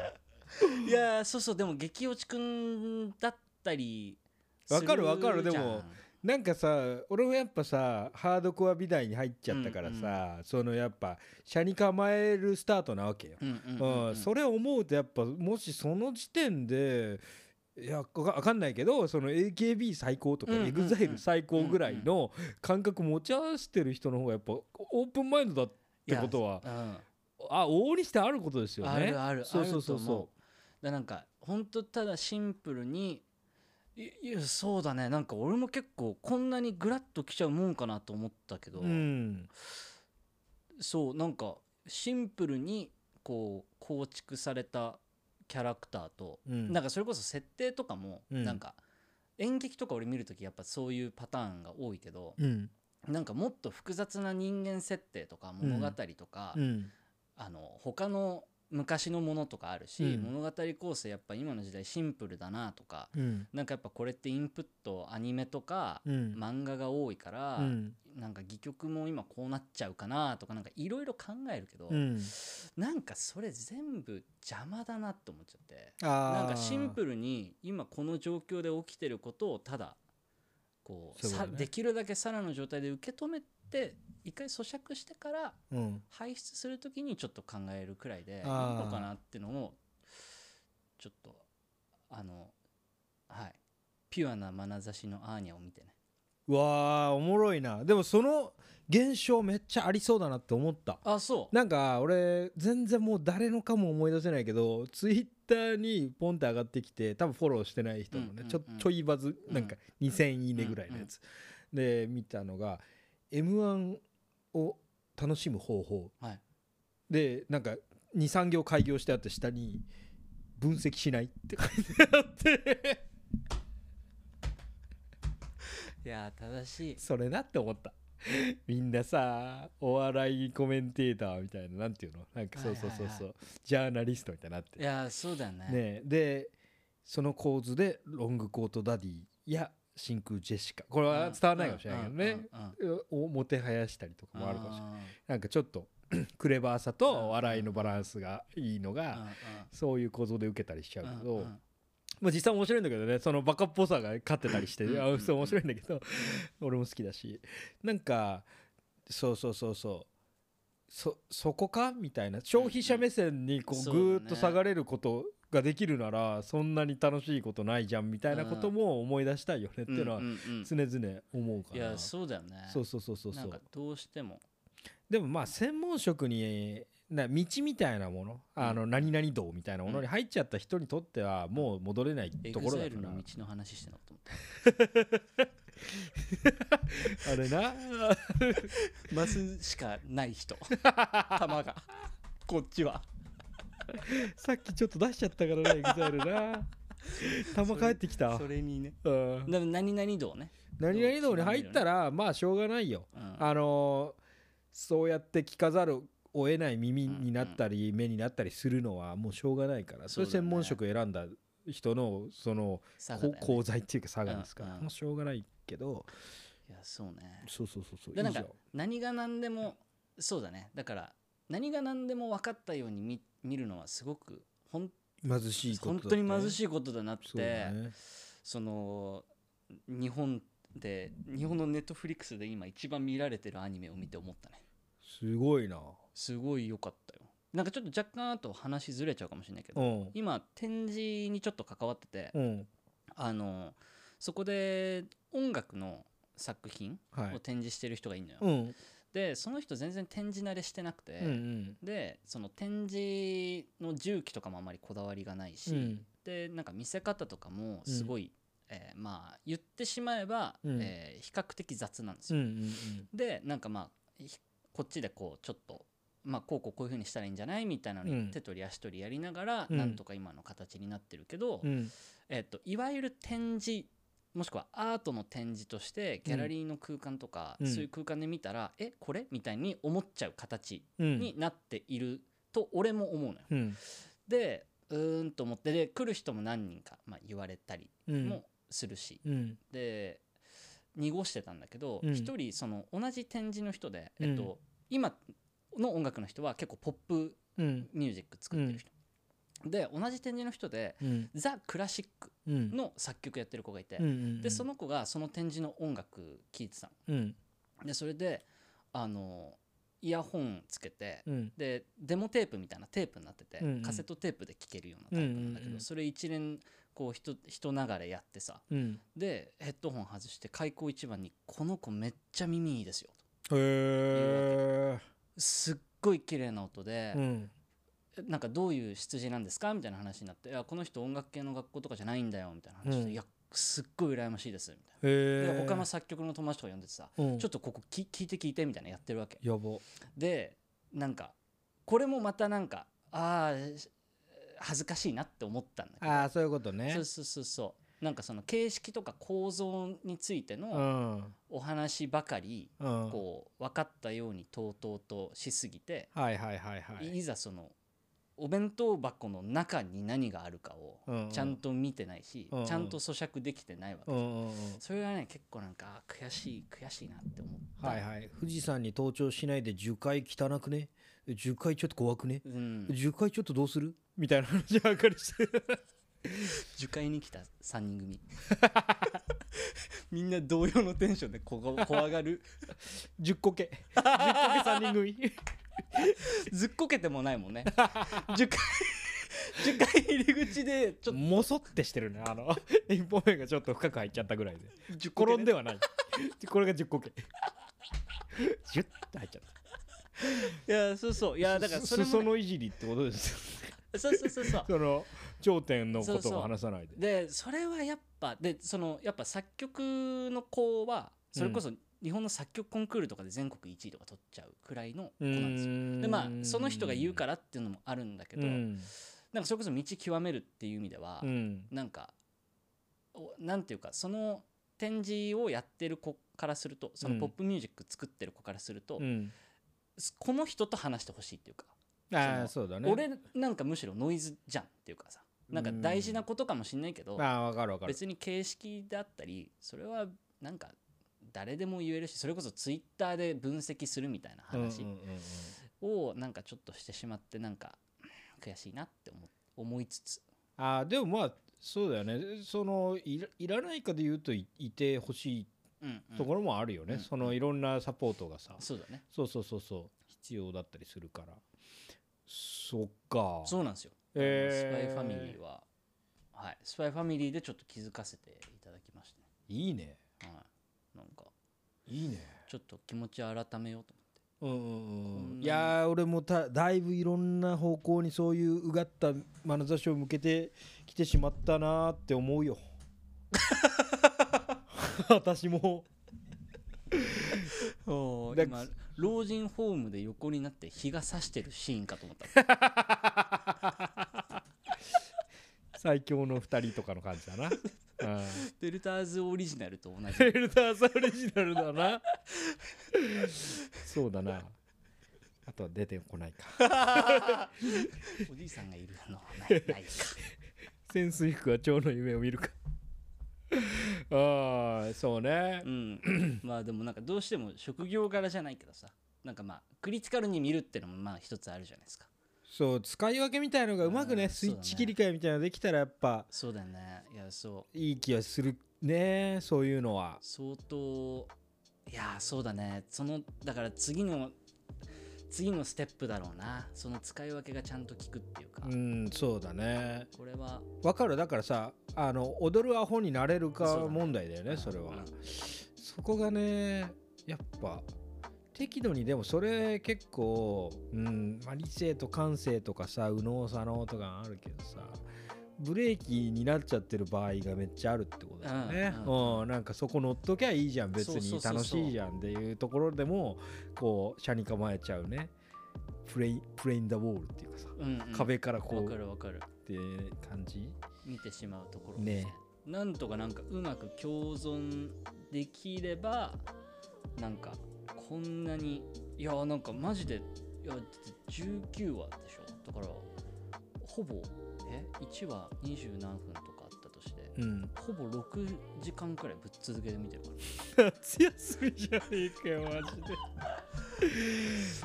S4: いやーそうそうでも激落ちくんだったりす
S6: わかるわかる
S4: じゃん
S6: でもなんかさ俺もやっぱさハードコア美大に入っちゃったからさ、そのやっぱ車に構えるスタートなわけよ
S4: うんうんうん、
S6: うん、それ思うとやっぱもしその時点でいやわかんないけどその AKB 最高とか
S4: うんうんうん
S6: EXILE 最高ぐらいの感覚持ち合わせてる人の方がやっぱオープンマインドだってことは
S4: うん
S6: あ往々にしてあることですよね。
S4: あるある
S6: そうそうそう
S4: あると思
S6: そう
S4: だからなんか本当ただシンプルにいいやそうだねなんか俺も結構こんなにグラッときちゃうもんかなと思ったけど、
S6: うん
S4: そうなんかシンプルにこう構築されたキャラクターと、
S6: うん
S4: なんかそれこそ設定とかも、
S6: うん
S4: なんか演劇とか俺見る時やっぱそういうパターンが多いけど、
S6: うん
S4: なんかもっと複雑な人間設定とか物語とか、
S6: うん
S4: あの他の昔のものとかあるし、
S6: うん
S4: 物語構成やっぱ今の時代シンプルだなとか
S6: うん
S4: なんかやっぱこれってインプットアニメとか、
S6: うん
S4: 漫画が多いから、
S6: うん
S4: なんか戯曲も今こうなっちゃうかなとかなんかいろいろ考えるけど、
S6: うん
S4: なんかそれ全部邪魔だなと思っちゃって
S6: あ
S4: なんか
S6: ー
S4: シンプルに今この状況で起きてることをただこう
S6: そうだ
S4: さ
S6: ね
S4: できるだけさらの状態で受け止めて一回咀嚼してから
S6: うん
S4: 排出するときにちょっと考えるくらいでいい
S6: あー
S4: のかなってのをちょっとあのはいピュアな眼差しのアーニャを見てね
S6: うわーおもろいなでもその現象めっちゃありそうだなって思った
S4: あそう
S6: なんか俺全然もう誰のかも思い出せないけどツイッターにポンって上がってきて多分フォローしてない人もね、
S4: うんうんうん
S6: ちょちょいバズなんか2000いいねぐらいのやつ、で見たのが m 1を楽しむ方法
S4: はい
S6: でなんか23行開業してあって下に「分析しない」って書いてあって
S4: いやー正しい
S6: それなって思った みんなさお笑いコメンテーターみたいななんていうのなんかそうそうそう
S4: はい
S6: そ、
S4: はいう
S6: ジャーナリストみたいになって
S4: いやーそうだよね
S6: ねえでその構図でロングコートダディや真空ジェシカこれ
S4: うん
S6: は伝わらないかもしれないけどね、
S4: うんうんうん
S6: をもてはやしたりとかもあるかもしれない
S4: な
S6: なんかちょっと クレバーさ
S4: うん
S6: と笑いのバランスがいいのが、そういう構造で受けたりしちゃうけど、まあ、実際面白いんだけどねそのバカっぽさが勝ってたりして
S4: うん
S6: あそう面白いんだけど俺も好きだしなんかそうそうそうそうそそこかみたいな消費者目線にこ
S4: うん
S6: う
S4: そう
S6: ぐ
S4: だね
S6: ーっと下がれることができるならそんなに楽しいことないじゃんみたいなことも思い出したいよねっていうのは
S4: うんうんうん
S6: 常々思うか
S4: い
S6: ら、
S4: やそうだよね
S6: そうそうそうそうそ
S4: なん
S6: う
S4: かどうしても
S6: でもまあ専門職にな道みたいなものあの何々道みたいなものに入っちゃった人にとってはもう戻れない
S4: エ
S6: と
S4: グ
S6: ころ
S4: ザ
S6: だ
S4: イ
S6: か
S4: ル
S6: ら
S4: の道の話してんのかと思っ
S6: あれな
S4: たマスしかない 人玉がこっちは
S6: さっきちょっと出しちゃったからな EXILE な玉帰ってきた
S4: それにね
S6: うん
S4: な何々道ね
S6: 何々道に入ったらまあしょうがないよ
S4: うん
S6: あのーそうやって聞かざるを得ない耳になったり目になったりするのはもうしょうがないからそれ
S4: そうだね
S6: 専門職選んだ人のその
S4: 佐賀だ
S6: こ
S4: よね
S6: 功罪っていうか差がですか
S4: うん
S6: ら
S4: うん
S6: もうしょうがないけど
S4: いやそうね
S6: そうそうそうそう
S4: で
S6: い
S4: ないん
S6: じゃ
S4: か
S6: ん
S4: 何が何でもそうだねだから何が何でも分かったように見見るのはすごくほん
S6: 貧しいこと
S4: 本当に貧
S6: い
S4: しいことだなっ
S6: そうだ
S4: て
S6: ね
S4: その日本で日本のネットフリックスで今一番見られてるアニメを見て思ったね
S6: すごいな
S4: すごい良かったよなんかちょっと若干あと話ずれちゃうかもしれないけ
S6: う
S4: ど
S6: ん
S4: 今展示にちょっと関わってて
S6: うん
S4: あのそこで音楽の作品
S6: は
S4: を
S6: い
S4: 展示してる人がいるのよ、
S6: うん
S4: でその人全然展示慣れしてなくて、
S6: うんうん
S4: でその展示の重機とかもあまりこだわりがないし、
S6: うん
S4: でなんか見せ方とかもすごい、えーまあ言ってしまえば、
S6: うん
S4: えー比較的雑なんです
S6: う
S4: よ。
S6: んうん
S4: でなんかまあひこっちでこうちょっと。まあ、こうこうこういうふうにしたらいいんじゃないみたいなのに、
S6: うん
S4: 手取り足取りやりながら、
S6: うん
S4: なんとか今の形になってるけど、
S6: うんうん
S4: えっといわゆる展示もしくはアートの展示としてギャラリーの空間とか、
S6: うん
S4: そういう空間で見たら、えこれみたいに思っちゃう形
S6: うん
S4: になっていると俺も思うのよ。
S6: うん
S4: でうーんと思ってで来る人も何人か、まあ、言われたり
S6: うん
S4: もするし、
S6: うん
S4: で濁してたんだけど
S6: うん
S4: 一、人その同じ展示の人で、
S6: うん
S4: えっと、今の音楽の人は結構ポップ
S6: うん
S4: ミュージック作ってる人、で同じ展示の人で
S6: うん
S4: ザ・クラシック
S6: うん
S4: の作曲やってる子がいて、
S6: うんうん
S4: でその子がその展示の音楽聴いてた
S6: うん
S4: のでそれであのイヤホンつけて、
S6: うん
S4: でデモテープみたいなテープになってて、
S6: うんうん
S4: カセットテープで聴けるようなタイプなんだけど、
S6: うんうんうん
S4: それ一連こう人人流れやってさ
S6: うん
S4: でヘッドホン外して開口一番に「この子めっちゃ耳いいですよ」
S6: へえ
S4: とすっごい綺麗な音で、
S6: うん
S4: なんかどういう出自なんですかみたいな話になって「いやこの人音楽系の学校とかじゃないんだよ」みたいな話で、
S6: うん
S4: いやすっごい羨ましいですみたい
S6: へ
S4: な
S6: え
S4: で他の作曲の友達とか呼んでてさ、
S6: うん
S4: ちょっとここき聞いて聞いてみたいなやってるわけ
S6: やば
S4: でなんかこれもまたなんかああ恥ずかしいなって思ったんだけど
S6: ああそういうことね
S4: そうそうそうそうなんかその形式とか構造について
S6: う
S4: の
S6: ん
S4: お話ばかり、
S6: うん
S4: こう分かったようにとうとうとしすぎて、、
S6: はいはいはいはいい
S4: ざそのお弁当箱の中に何があるかを
S6: うんうん
S4: ちゃんと見てないし、
S6: うんうん
S4: ちゃんと咀嚼できてないわけ、
S6: うんうんうん
S4: それがね結構なんかあー悔しい悔しいなって思った、
S6: はいはい富士山に登頂しないで樹海汚くね樹海ちょっと怖くね
S4: うん、
S6: 樹海ちょっとどうするみたいな話ばっかりして
S4: 樹海に来た3人組みんな同様のテンションでこが怖がる
S6: 10個け10個け3人組
S4: ずっこけてもないもんね樹海樹海入り口でちょっ
S6: もそってしてるねあの一本目がちょっと深く入っちゃったぐらいで
S4: と10
S6: 転んで
S4: は
S6: はないこれが10個けジュッて入っちゃっ
S4: いやそうそうい
S6: た
S4: やだからそれも、ね、
S6: 裾のいじりってことですよ
S4: そうそうそうそう
S6: その頂点のこ
S4: そ
S6: と
S4: うそう
S6: を話さないで
S4: でそれはやっぱでそのやっぱ作曲の子はそれこそ日本の作曲コンクールとかで全国1位とか取っちゃうくらいの子なんですよ。でまあその人が言うかららっていうのもあるんだけど、
S6: うん
S4: なんかそれこそ道極めるっていう意味では、
S6: うん
S4: なんかおなんていうかその展示をやってる子からするとそのポップミュージック作ってる子からすると、
S6: うん
S4: この人と話してほしいっていうか、
S6: ああそうだね
S4: 俺なんかむしろノイズじゃんっていうかさなんか大事なことかもしんないけど、
S6: ああわかるわかる
S4: 別に形式だったりそれはなんか誰でも言えるしそれこそツイッターで分析するみたいな話
S6: うんうんうんうん
S4: をなんかちょっとしてしまってなんか悔しいなって思思いつつ
S6: ああでもまあそうだよねそのいらいらないかで言うといいてほしい
S4: うんうん
S6: ところもあるよね、
S4: うん
S6: そのいろんなサポートがさ、
S4: そうだね
S6: そうそうそうそう必要だったりするからそっか
S4: そうなんですよ、
S6: えー
S4: スパイファミリーははいスパイファミリーでちょっと気づかせていただきました
S6: いいね
S4: ねはいなんか
S6: いいね
S4: ちょっと気持ちを改めようと思って
S6: うんうん
S4: こん
S6: う
S4: なんに
S6: いやー俺もただいぶいろんな方向にそういううがった眼差しを向けてきてしまったなーって思うよ 私もだ
S4: 今老人ホームで横になって日が差してるシーンかと思った
S6: 最強の2人とかの感じだなうん
S4: デルターズオリジナルと同じ
S6: フェルダーサオリジナルだなそうだなあとは出てこないか
S4: おじいさんがいるのはないないか
S6: 潜水服は蝶の夢を見るかああそうね
S4: うんまあでもなんかどうしても職業柄じゃないけどさなんかまあクリティカルに見るってのもまあ一つあるじゃないですか
S6: そう使い分けみたいのがうまく
S4: う
S6: ね
S4: ん
S6: スイッ
S4: そ
S6: チ
S4: うだね
S6: 切り替えみたいなのできたらやっぱ
S4: そうだよねいやそう
S6: いい気はするねそういうのは
S4: 相当いやそうだねそのだから次の次のステップだろうなその使い分けがちゃんと効くっていうか、
S6: うんそうだね
S4: これは
S6: わかるだからさあの踊るアホになれる
S4: そう
S6: か
S4: だね
S6: 問題だよねそれは、
S4: うん
S6: そこがねやっぱ適度にでもそれ結構、うんまあ、理性と感性とかさ右脳左脳とかあるけどさブレーキになっちゃってる場合がめっちゃあるってことだよね。
S4: うんうん
S6: うんなんかそこ乗っときゃいいじゃん別
S4: そうそ
S6: に
S4: うそうそう
S6: 楽しいじゃんっていうところでもこう車に構えちゃうねプレイプレイン・ダ・ウォールっていうかさ、
S4: うんうん
S6: 壁からこ
S4: わ
S6: う
S4: か
S6: っ
S4: るわかる
S6: て感じ
S4: 見てしまうところ
S6: ね
S4: なんとかなんかうまく共存できればなんかこんなにいやなんかマジでいやだって19話でしょだからほぼえ1話20何分とかあったとして
S6: うん
S4: ほぼ6時間くらいぶっ続けて見てるから
S6: 夏休みじゃねえかよマジで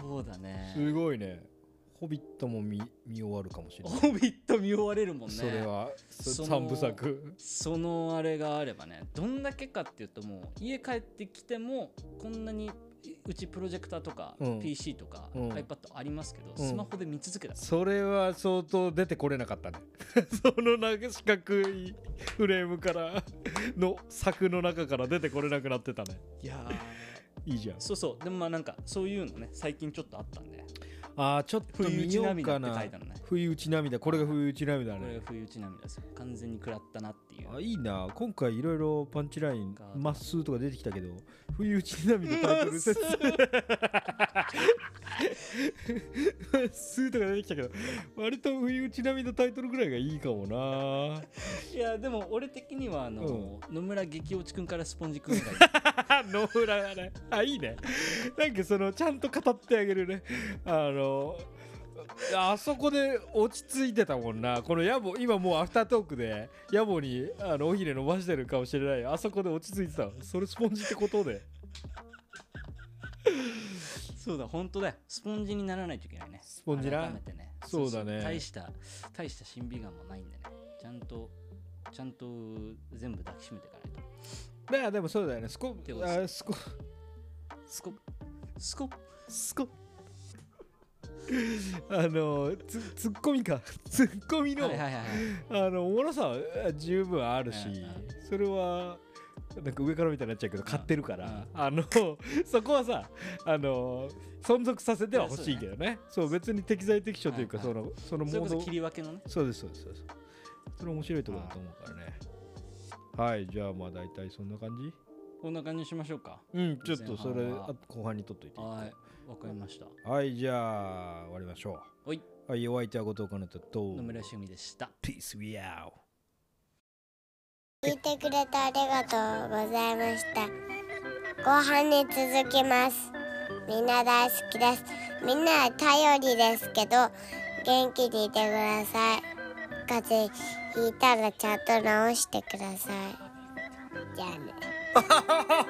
S4: そうだね
S6: すごいね「ホビット」も見見終わるかもしれな い、
S4: ホビット見終われるもんね
S6: それはそ
S4: その
S6: 三部作
S4: そのあれがあればねどんだけかっていうともう家帰ってきてもこんなにうちプロジェクターとか
S6: うん
S4: PC とか
S6: うん
S4: iPad ありますけど、
S6: うん
S4: スマホで見続けた、
S6: それは相当出てこれなかったねそのなんか四角いフレームからの作の中から出てこれなくなってたね
S4: いやー
S6: いいじゃん
S4: そうそうでもまあなんかそういうのね最近ちょっとあったんで
S6: ああちょっと
S4: 冬打
S6: 見
S4: ち
S6: よう
S4: 涙
S6: か
S4: って
S6: な
S4: 書いたのね
S6: 冬打ち涙これが冬打ち涙
S4: これ
S6: ね
S4: が冬打ち涙ですよ完全に食らったなっていう
S6: あいいな今回いろいろパンチラインまっすーとか出てきたけど冬打ち涙タイ ト ル説まっすーとか出てきたけど割と冬打ち涙タイトルぐらいがいいかもない
S4: やでも俺的にはあの、野村激落ちくんからスポンジくんがいい
S6: あ野村がね あいいねなんかそのちゃんと語ってあげるねあのあそこで落ち着いてたもんなこの野暮今もうアフタートークで野暮にあのおひれ伸ばしてるかもしれないよあそこで落ち着いてたわそれスポンジってことで
S4: そうだ本当だよスポンジにならないといけないね
S6: スポンジな
S4: 改めてね
S6: そうだね
S4: 大した大した審美眼もないんでねちゃんとちゃんと全部抱きしめていかないと
S6: だからでもそうだよねスコ
S4: 手を
S6: あスコ
S4: スコッスコッ
S6: スコあのツツッコミか ツッコミの、
S4: はいはいはいはい
S6: あのおもろさはあ十分あるし、
S4: うん
S6: それはなんか上からみたいになっちゃうけど買ってるから、
S4: うん
S6: あのそこはさあの存続させては欲しいけどねそう別に適材適所というか、
S4: うん
S6: そのその
S4: それ
S6: モ
S4: こ
S6: ー
S4: そ
S6: ド
S4: 切り分けのね
S6: そうですそうですそうですそれ面白いところだと思うからねはいじゃあまあ大体そんな感じ
S4: こんな感じにしましょうか
S6: うんちょっとそれ
S4: 前半は
S6: あ後半に取っといていい
S4: はいわかりました
S6: はいじゃあ終わりましょう
S4: おい
S6: はいお相手は後藤かなたと
S4: 野村趣味でした
S6: Peace we out
S5: 聞いてくれてありがとうございました後半に続きますみんな大好きですみんな頼りですけど元気にいてください風邪ひいたらちゃんと治してくださいじゃあね